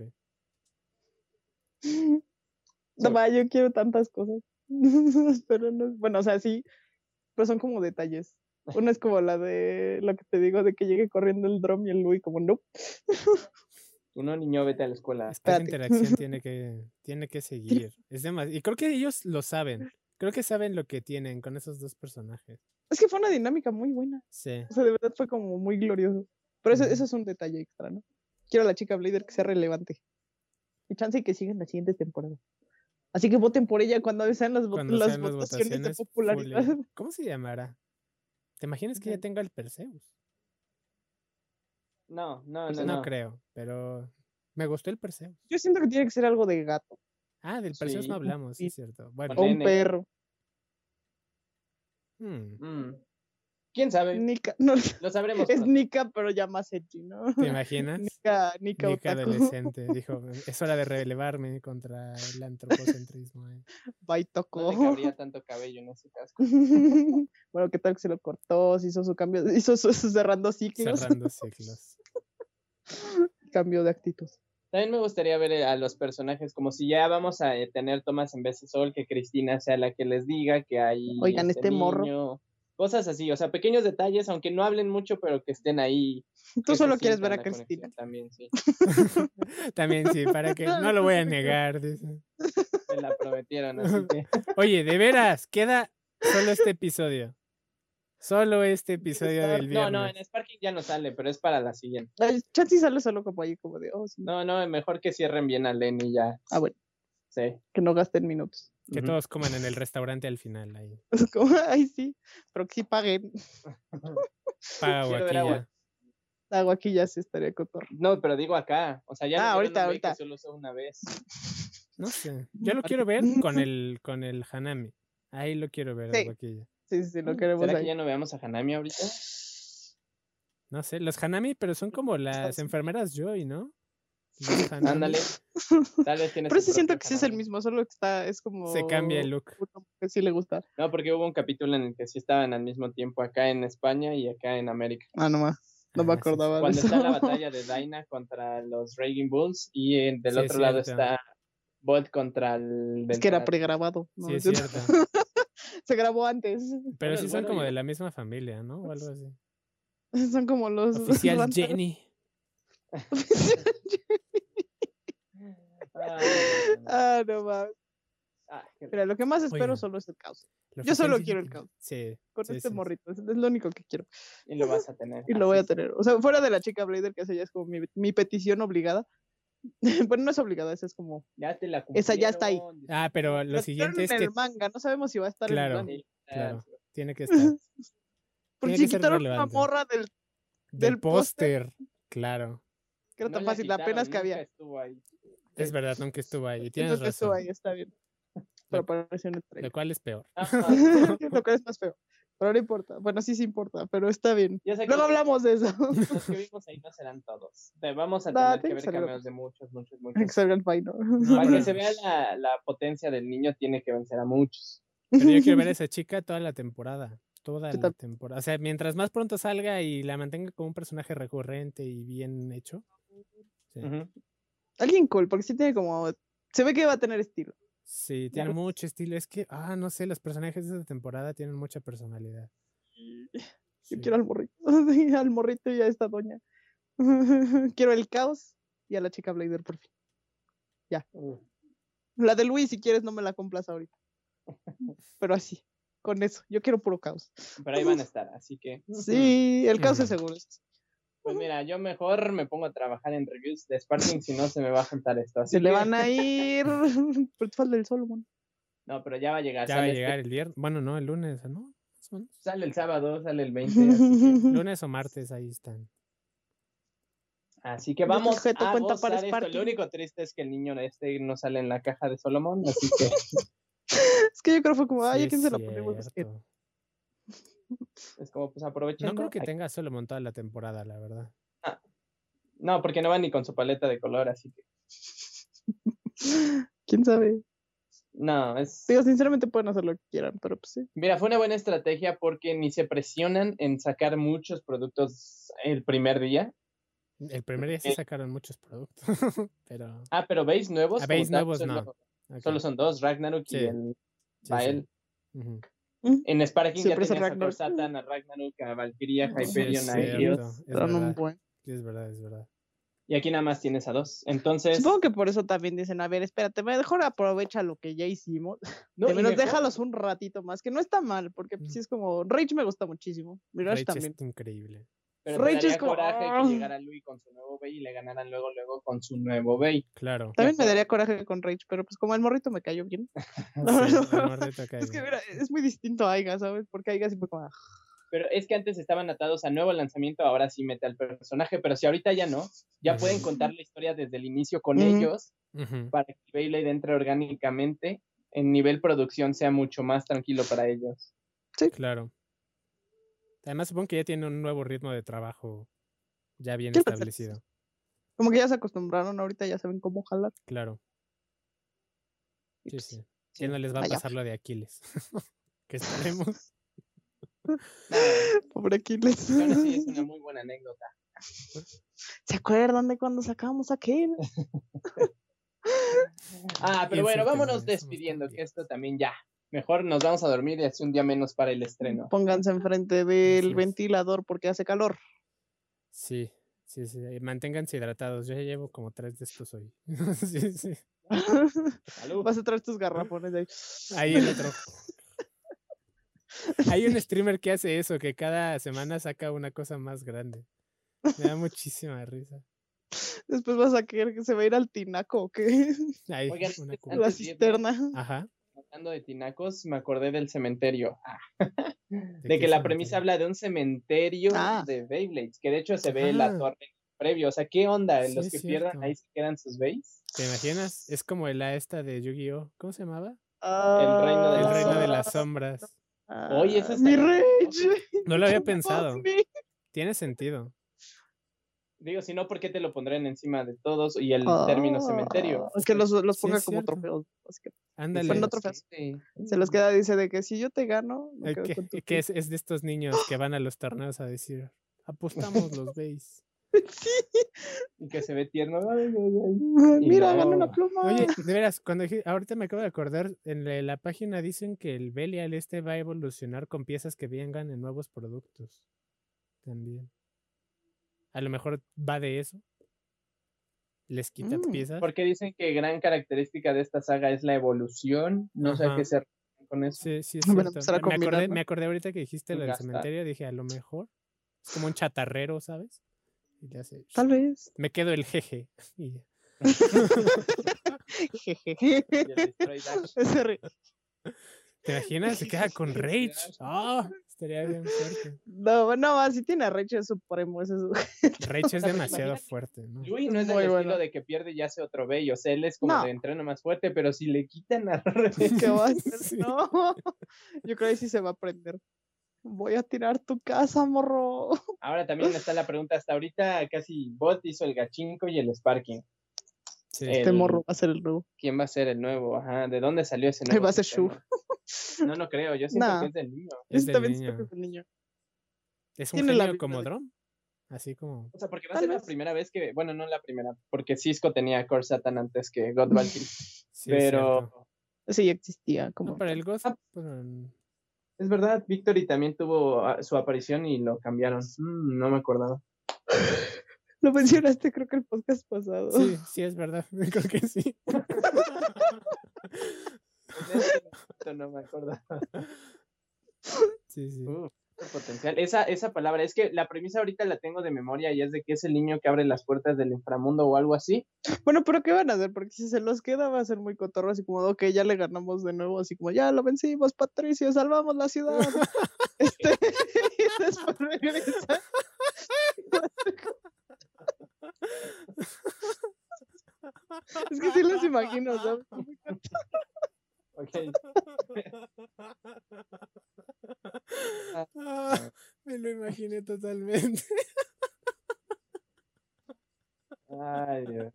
No, Sí. ma, yo quiero tantas cosas. pero no, bueno, o sea, sí, pero son como detalles. Una es como la de lo que te digo de que llegue corriendo el drum y el Louis como no. Uno niño, vete a la escuela. Es que esa Espérate. interacción tiene que, tiene que seguir. Es demas- Y creo que ellos lo saben. Creo que saben lo que tienen con esos dos personajes. Es que fue una dinámica muy buena. Sí. O sea, de verdad fue como muy glorioso. Pero eso, Ujú. eso es un detalle extra, ¿no? Quiero a la chica Blader que sea relevante. Y chance y que siga en la siguiente temporada. Así que voten por ella cuando sean las, vot- Cuando las sean las votaciones de votaciones, popularidad. full- ¿cómo se llamará? ¿Te imaginas que ya Ujú. tenga el Perseus? No, no, Pues no. No, no. creo, pero me gustó el Perseus. Yo siento que tiene que ser algo de gato Ah, del Perseus Sí. no hablamos, sí, Sí. es cierto. Bueno, o un Nene. perro. hmm, Mm. ¿Quién sabe? Nica, no, Lo sabremos. es pronto. Nika, pero ya más edgy, ¿no? ¿te imaginas? Nika, Nika, Nika Otaku. adolescente dijo, es hora de relevarme contra el antropocentrismo. eh". No Bye, le Toco. cabría tanto cabello en ese casco. bueno, ¿qué tal que se lo cortó? Se hizo su cambio, hizo su, su cerrando ciclos, Cerrando ciclos. cambio de actitud. También me gustaría ver eh, a los personajes, como si ya vamos a eh, tener tomas en vez de sol, que Cristina sea la que les diga que hay. Oigan, este morro. niño, Cosas así, o sea, pequeños detalles, aunque no hablen mucho, pero que estén ahí. que Tú se solo quieres sientan ver a la conexión Cristina. También, sí. También sí, para que no lo voy a negar. dice. Me la prometieron, así que. Oye, de veras, queda solo este episodio. Solo este episodio estar- del No, viernes. no, en Sparking ya no sale, pero es para la siguiente. Ay, Chance y sale solo como ahí, como de, oh, sí, No, no, mejor que cierren bien a Lenny ya. Ah, bueno, Sí. que no gasten minutos. Que ujú. todos coman en el restaurante al final. Ahí. Es como, ay, sí, pero que sí paguen. Paga Quiero ver guaquilla. agua. Hago aquí ya se estaría cotorro. No, pero digo acá. O sea, ya Ah, no ahorita, ahorita. solo usa una vez. No sé. Yo lo quiero ver con el, con el Hanami. Ahí lo quiero ver, al Sí. guaquilla. Sí, sí, sí, lo queremos Mm, ¿Será que ahí. ya no veamos a Hanami ahorita? No sé, los Hanami, pero son como las Estás- enfermeras Joy, ¿no? Los Hanami. Ándale. Tal vez tienes Pero sí siento que sí es el mismo, solo que está, es como... Se cambia el look. uno que sí le gusta. No, porque hubo un capítulo en el que sí estaban al mismo tiempo acá en España y acá en América. Ah, no más. No me Ah, sí, sí. acordaba de Cuando eso. está la batalla de Daina contra los Raging Bulls y eh, del Sí, es otro lado cierto. está Bot contra el. Es que era Beltrán. pregrabado. ¿no? Sí, es Entonces, cierto. Se grabó antes. Pero Bueno, sí el son bueno y como el de la misma familia, ¿no? O algo así. Son como los. Pues, Oficial los ranteros. Jenny. Ah, ah, no mames. ah, qué- Mira, lo que más espero Oigan. solo es el caos. La Yo solo oficial quiero el Jenny. caos. Sí. Con Sí, este sí. morrito. Es, es lo único que quiero. Y lo vas a tener. Y lo voy así a tener. O sea, fuera de la chica Blader, que esa ya es como mi, mi petición obligada. bueno, no es obligada, esa es como. es. Ya te la Esa ya está ahí. cumplieron, Ah, pero lo la siguiente tiraron es en que el manga. No sabemos si va a estar Claro. en el manga. sí, ah, Claro. sí. tiene que estar. Porque Tiene si que ser quitaron una relevante. morra del. Del Del póster. póster. Claro. que era No tan la fácil, apenas quitaron, ¿eh? que había. nunca estuvo ahí. Es verdad, nunca estuvo ahí. y Tienes Entonces eso razón. ahí está bien. Pero apareció en el trailer. Lo cual es peor. Ajá, lo cual es más feo. Pero no importa. Bueno, sí, sí importa, pero está bien. yo sé que Luego los- hablamos de eso. Los que vimos ahí no serán todos. Te- Vamos a No, tener tiene que que ver ser algo. cameos de muchos, muchos, que muchos. salga el final. No, Para que pero, se vea la, la potencia del niño, tiene que vencer a muchos. pero yo quiero ver a esa chica toda la temporada. Toda Yo la tam- temporada. O sea, mientras más pronto salga y la mantenga como un personaje recurrente y bien hecho. Sí, Ujú. Alguien cool, porque sí tiene como. Se ve que va a tener estilo. Sí, Ya tiene ves. mucho estilo. Es que, ah, no sé, los personajes de esta temporada tienen mucha personalidad. Yo Sí. quiero al morrito. al morrito y a esta doña. quiero el caos y a la chica Blader, por fin. Ujú. La de Luis, si quieres, no me la compras ahorita. Pero así, con eso. Yo quiero puro caos. Pero ahí van a estar, así que. Sí, el caos es Ujú. seguro. Pues mira, yo mejor me pongo a trabajar en reviews de Sparking, si no se me va a juntar esto. Así Se le que- van a ir. Pero te falta el Solomon. No, pero ya va a llegar. Ya va a sale este- llegar el viernes. Bueno, no, el lunes, ¿no? Más o menos. sale el sábado, sale el 20. así que- Lunes o martes, ahí están. Así que Y otro vamos sujeto a cuenta para gozar esto. Sparking. Lo único triste es que el niño este no sale en la caja de Solomon, así que Es que yo creo que fue como, ay, Sí, ¿a quién se es la ponemos? Es que- cierto. es como pues aprovechando. No creo que Ay, tenga solo montada la temporada, la verdad. no, porque no va ni con su paleta de color, así que ¿Quién sabe? no, es Digo, sinceramente pueden hacer lo que quieran, pero pues sí. Mira, fue una buena estrategia porque ni se presionan en sacar muchos productos el primer día. El primer día sí Eh. sacaron muchos productos, pero... Ah, pero veis nuevos. Ah, como Veis tal, nuevos, solo, no. ok, solo son dos, Ragnarok Sí, y el sí, sí, Bael. ujú. En Sparking ya Siempre es el tenías a Thor Ragnarok. Satan, a Ragnarok, a Valkyria, No, Sí, es Hyperion, a cierto, Helios. es Eran un verdad, buen. sí, es verdad, es verdad. Y aquí nada más tienes a dos. Entonces, Supongo que por eso también dicen, a ver, espérate, mejor aprovecha lo que ya hicimos. no, de y menos mejor- déjalos un ratito más, que no está mal, porque Mm. pues, sí es como, Rage me gusta muchísimo, Mirage Rage también. es increíble. Pero te Rage daría es como, coraje "Ah". que llegara Louis con su nuevo Bey y le ganaran luego, luego con su nuevo Bey. Claro. También me feo. daría coraje con Rage, pero pues como el morrito me cayó bien. sí, el Mordecai es que Kaiba. mira, es muy distinto a Aiga, ¿sabes? Porque Aiga siempre como, "Ah". Pero es que antes estaban atados a nuevo lanzamiento, ahora sí mete al personaje, pero si ahorita ya no, ya pueden Ujú. contar la historia desde el inicio con Ujú. ellos Ujú. para que Beyblade entre orgánicamente, en nivel producción sea mucho más tranquilo para ellos. Claro. Además, supongo que ya tiene un nuevo ritmo de trabajo ya bien Quiero pensar que establecido. como que ya se acostumbraron, ahorita ya saben cómo jalar. Claro. y, Sí, pues, sí. Ya no les va a vaya. pasar lo de Aquiles. que esperemos. Pobre Aquiles. Pero aún así es una muy buena anécdota. ¿Se acuerdan de cuando sacábamos aquel? Ah, pero Pienso bueno, que vámonos no, ya estamos tan despidiendo, que viejos. esto también ya. Mejor nos vamos a dormir y hace un día menos para el estreno. Pónganse enfrente del es. ventilador porque hace calor. Sí, sí, sí. eh, Manténganse hidratados. Yo ya llevo como tres de estos hoy. sí, sí. Salud. Vas a traer tus garrafones de ahí. Ahí el otro. Hay un streamer que hace eso, que cada semana saca una cosa más grande. Me da muchísima risa. Después vas a querer que se va a ir al tinaco, que Ahí, Oigan, este una ¿ustedes han- cuba. la Antes de irnos, cisterna. Ajá. Hablando de tinacos, me acordé del cementerio. Ah, de qué que la premisa cementerio? habla de un cementerio Ah. de Beyblades, que de hecho se ve la Ah. torre previo. O sea, ¿qué onda? Sí, Los es que pierdan cierto. ahí se quedan sus Beys. ¿Te imaginas? Es como la esta de Yu-Gi-Oh! ¿Cómo se llamaba? reino de El las reino de las sombras. sombras. Ah, Oye, eso ¡Mi estaría rey! hermoso. No lo había Dios pensado. mío. Tiene sentido. Digo, si no, ¿por qué te lo pondrán encima de todos y el término cementerio? Ah, Que los, los Oh. Sí, ponga es como cierto. trofeos. así que Ándale. Bueno, otro- trofeos. se los queda, dice, de que si yo te gano, me Eh, quedo que, con tu eh, que es, es de estos niños que van a los torneos a decir, apostamos los veis. pin". Sí. Y que se ve tierno. Ay, ay, ay. Y Mira, gané no. una pluma. Oye, de veras, cuando dije- ahorita me acabo de acordar, en la, la página dicen que el Belial este va a evolucionar con piezas que vengan en nuevos productos. También. A lo mejor va de eso. Les quita Mm, piezas. Porque dicen que gran característica de esta saga es la evolución. No sé Ajá. a qué se refieren con eso. Sí, sí, es Van a cierto. empezar a me, acordé, combinarlo. me acordé ahorita que dijiste Y lo del gastar. cementerio, dije, a lo mejor es como un chatarrero, ¿sabes? Y le hace, Tal vez. me quedo el jeje. Y ya. Jejeje. Y el Destroy Dash. Ese re- ¿Te imaginas? Se queda con Rage. Gash. Ah, Estaría bien fuerte. No, no, si tiene arrecho de supremo ese su- Rage es sea, pero demasiado imagínate- fuerte, ¿no? Yui no es del Muy estilo bueno. de que pierde y hace otro bello. O sea, él es como No. de entreno más fuerte, pero si le quitan a Rage, ¿Qué va a hacer? Sí. No. Yo creo que sí se va a prender. Voy a tirar tu casa, morro. Ahora también está la pregunta. Hasta ahorita casi Bot hizo el Gachinko y el Sparking. Sí. Eh, Este El- morro va a ser el nuevo. ¿Quién va a ser el nuevo? Ajá, ¿de dónde salió ese Él nuevo? va a ser Shu. sistema? No, no creo. Yo siento Nah. que es del niño. Es Ese del también siento niño. que es el niño. Es un tiene la genio vibra como de- Drum. Así como. O sea, porque va a Tal ser la vez. primera vez que. Bueno, no la primera, porque Cisco tenía Core Satan antes que God Valkyrie. sí, es pero. cierto. Ese ya existía. Como... No, para el Ghost. Ah. pues, mm, Es verdad, Victory también tuvo ah, su aparición y lo cambiaron. Mm, no me acordaba. Lo mencionaste creo que el podcast pasado. sí, sí, es verdad. Creo que sí. En ese momento no me acordaba. Sí, sí. Uh, qué potencial. Esa, esa palabra, es que la premisa ahorita la tengo de memoria y es de que es el niño que abre las puertas del inframundo o algo así. Bueno, pero ¿qué van a hacer? Porque si se los queda va a ser muy cotorro, así como, ok, ya le ganamos de nuevo, así como, ya lo vencimos, Patricio, salvamos la ciudad. este, y después regresa. es que sí los imagino, ¿sabes? Ok, Ah, me lo imaginé totalmente. Ay, Dios.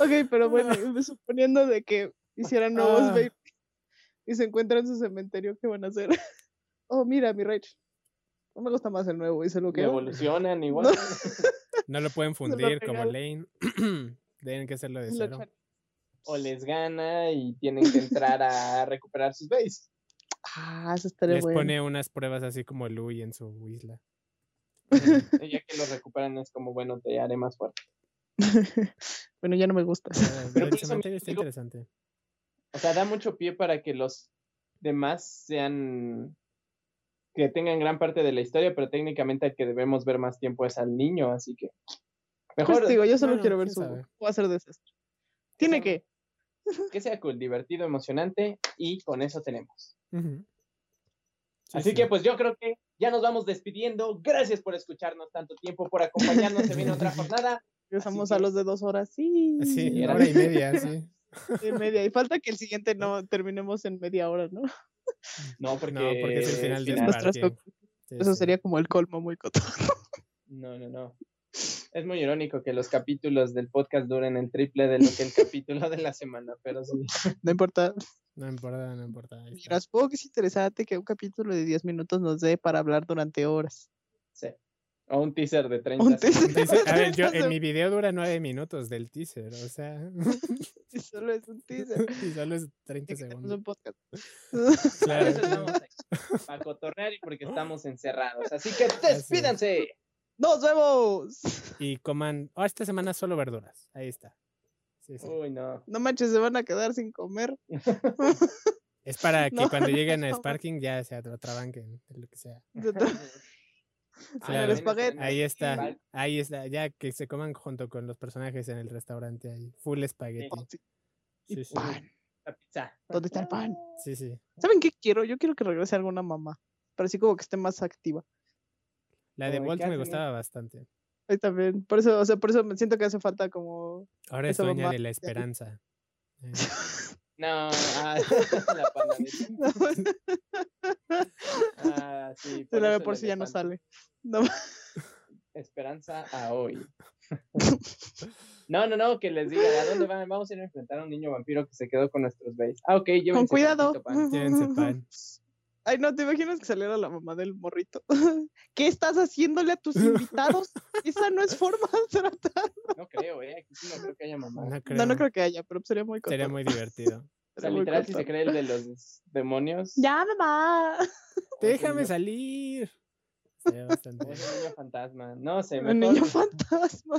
Ok, pero bueno, suponiendo de que hicieran nuevos Ah. babies y se encuentran en su cementerio, ¿qué van a hacer? oh, mira, mi rey. No me gusta más el nuevo, hice lo que que... evolucionan igual. No lo pueden fundir como regalo. Lane. Tienen que hacerlo de Lo cero. echan. O les gana y tienen que entrar a recuperar sus base. Ah, eso estaría Les bueno. pone unas pruebas así como Louis en su isla. Y Ya que los recuperan es como, bueno, te haré más fuerte. bueno, ya no me gusta. Ah, Pero El por eso cementerio está digo- interesante. O sea, da mucho pie para que los demás sean... Que tengan gran parte de la historia, pero técnicamente al que debemos ver más tiempo es al niño, así que... Pues Mejor te digo, yo solo bueno, quiero ver quién su sabe. Pues boca. Va a ser desastre. Tiene sabe? que. que sea cool, divertido, emocionante y con eso tenemos. Ujú. Sí, así sí. que pues yo creo que ya nos vamos despidiendo. Gracias por escucharnos tanto tiempo, por acompañarnos en otra jornada. Regresamos que- a los de dos horas. Sí. Sí, era- hora y media, sí. y media. Y falta que el siguiente no terminemos en media hora, ¿no? No, porque, no, porque es el final de final. Nuestras Sparking. Sí, Eso sí. sería como el colmo muy cotorro. No, no, no. Es muy irónico que los capítulos del podcast duren el triple de lo que el capítulo de la semana, pero sí. No importa. No importa, no importa. ahí está. Mira, supongo que es interesante que un capítulo de 10 minutos nos dé para hablar durante horas. sí. O un teaser de 30 Un segundos. teaser. Entonces, a ver, yo, Entonces, en mi video dura nueve minutos del teaser, o sea, si solo es un teaser. y solo es 30 que tenemos segundos. un podcast. Para Claro. eso estamos aquí, para cotorrear y porque estamos encerrados. Así que es. despídanse. ¡Nos vemos! Y coman, oh, esta semana solo verduras, ahí está. Sí, sí. Uy, no. No manches, se van a quedar sin comer. Es para que No, cuando lleguen a no. Sparking ya se atrabanquen, lo que sea. De to- Ay, el al menos espagueti. tenemos Ahí está, igual. ahí está, ya que se coman junto con los personajes en el restaurante ahí, full espagueti. Y Sí, sí, pan. La pizza. ¿Dónde está el pan? sí, sí. ¿Saben qué quiero? Yo quiero que regrese alguna mamá, pero así como que esté más activa. La de Como de Bolt me Catherine. gustaba bastante. Ahí también. Por eso, o sea, por eso me siento que hace falta como. Ahora es Esa dueña mamá de la ya- esperanza. Eh, No, ah, la panadería. No, se Ah, sí, la ve eso por el si ya no elefante. sale. No, Esperanza a hoy. No, no, no, que les diga, ¿a dónde van? Vamos a ir a enfrentar a un niño vampiro que se quedó con nuestros base. Ah, ok, llévense con cuidado. tantito pan. Llévense pan. Ay, no, ¿te imaginas que saliera la mamá del morrito? ¿Qué estás haciéndole a tus invitados? Esa no es forma de tratar. No creo, eh, aquí sí no creo que haya mamá. No creo. No, no creo que haya, pero sería muy Sería cotorro, muy divertido. o sea, sería muy literal, si se cotorro. cree el de los demonios. Ya, mamá. o el Déjame niño- salir. Sería bastante. O es un niño fantasma. No sé, El mejor- niño fantasma.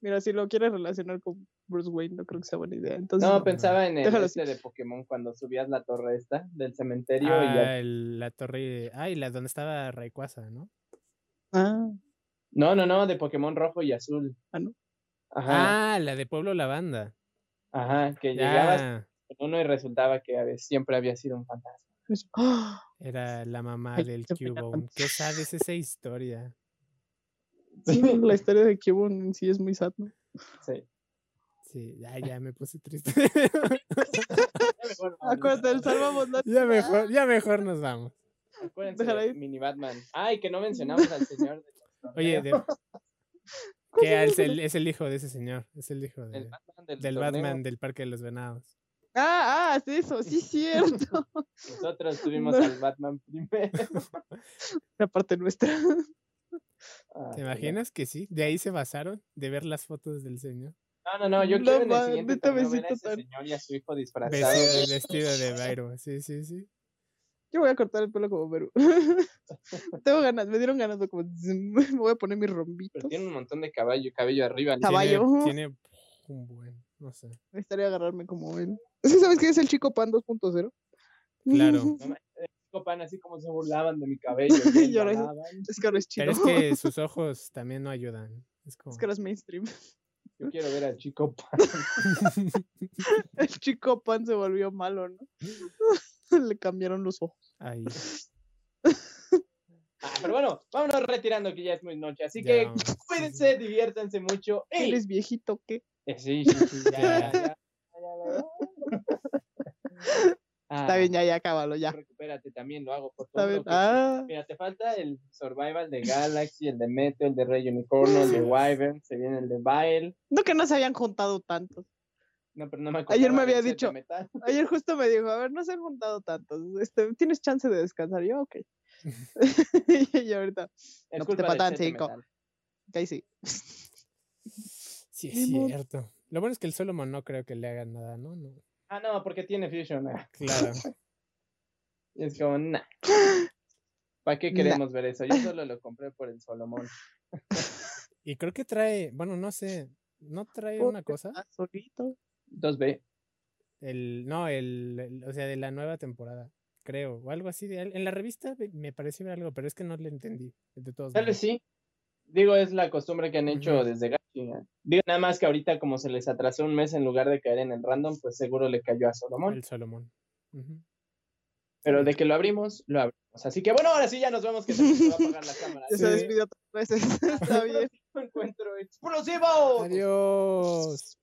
Mira, si lo quieres relacionar con Bruce Wayne, no creo que sea buena idea. Entonces, No, pensaba en el Déjalo este de Pokémon cuando subías la torre esta del cementerio y ya- Ah, el- la torre. Ah, y la donde estaba Rayquaza, ¿no? Ah, No, no, no, de Pokémon rojo y azul. Ah, ¿no? Ajá, Ah, la de Pueblo Lavanda. ajá, que llegabas Ya. con uno y resultaba que a veces siempre había sido un fantasma. es- ¡Ah! Era la mamá Ay, del qué pena Cubone. con- ¿Qué sabes esa historia? Sí, la historia de Cubone en sí es muy sad, ¿no? Sí. Sí, ya, ya me puse triste. Acuérdate, del salvamos la ya mejor, ya mejor nos vamos. Acuérdense Déjala de ahí. Mini Batman. Ay, que no mencionamos al señor. de los Oye, de- torneos, que es el, es el hijo de ese señor, es el hijo el de- Batman del, del torneo. Batman del Parque de los Venados. Ah, ah, es eso, sí, cierto. Nosotros tuvimos No. al Batman primero. La parte nuestra. Ah, ¿Te sí, no. imaginas que sí? De ahí se basaron, de ver las fotos del señor. No, Ah, no, no, yo No quiero en el ma- siguiente neta me torneo ver a siento ese tan- señor y a su hijo disfrazado. Vestido, vestido de Byron. Sí, sí, sí. Yo voy a cortar el pelo como Perú. Tengo ganas, me dieron ganas de como. zoom, Me voy a poner mis rombitos. Pero tiene un montón de caballo, cabello arriba. ¿no? Ah. Tiene- Caballo. Tiene, un buen, no sé. Necesitaría agarrarme como él. Es que, ¿sabes qué es el chico pan 2.0? Claro. No manches, el chico pan, así como se burlaban de mi cabello. me Yo lo hice. alababan. Es que ahora es chino. Pero es que sus ojos también no ayudan. Es como... Es que ahora es mainstream. Yo quiero ver al chico pan. El chico pan se volvió malo, ¿no? Le cambiaron los ojos. Ay, Ah, pero bueno, vámonos retirando que ya es muy noche. Así Ya que vámonos, sí, sí. cuídense, diviértanse mucho. ¿Qué ¡Ey! ¿Eres viejito qué? Eh, Sí, sí, sí, ya, ya, Ya. ya, ya, ya. Está Ah, bien, ya, ya, cábalo, ya. Recupérate también, lo hago por Está todo bien. lo que- Ah, Mira, te falta el Survival de Galaxy, el de Metal, el de Rey Unicornio, el de Wyvern, se viene el de Bile. no que no se hayan juntado tantos. No, pero no me Ayer me acordaba había del set de dicho. metal. Ayer justo me dijo, a ver, no se han juntado tantos. Este, ¿Tienes chance de descansar? Y Yo, ok. y ahorita, Es No, pues te culpa del faltan set de cinco. metal. ok, sí. sí es Ni modo. cierto. Lo bueno es que el Solomon no creo que le hagan nada, ¿no? no. Ah, no, porque tiene Fusion. ah. Claro. Es como, nah. ¿Para qué Nah. queremos ver eso? Yo solo lo compré por el Solomon. Y creo que trae, bueno, no sé, ¿no trae una Porque cosa? está Ah, solito. 2B. El, no, el, el- o sea, de la nueva temporada, creo, o algo así. de al- en la revista ve- me pareció ver algo, pero es que no le entendí, de todos Tal vez modos. sí. Digo, es la costumbre que han hecho Ujú. desde Gachi. ¿eh? Digo, nada más que ahorita como se les atrasó un mes en lugar de caer en el random, pues seguro le cayó a Solomon. El Solomon. Ujú. Pero de que lo abrimos, lo abrimos. Así que bueno, ahora sí ya nos vamos que se va a apagar la cámara. Ya Sí. se despidió tres veces. Está bien. Un encuentro explosivo. Adiós.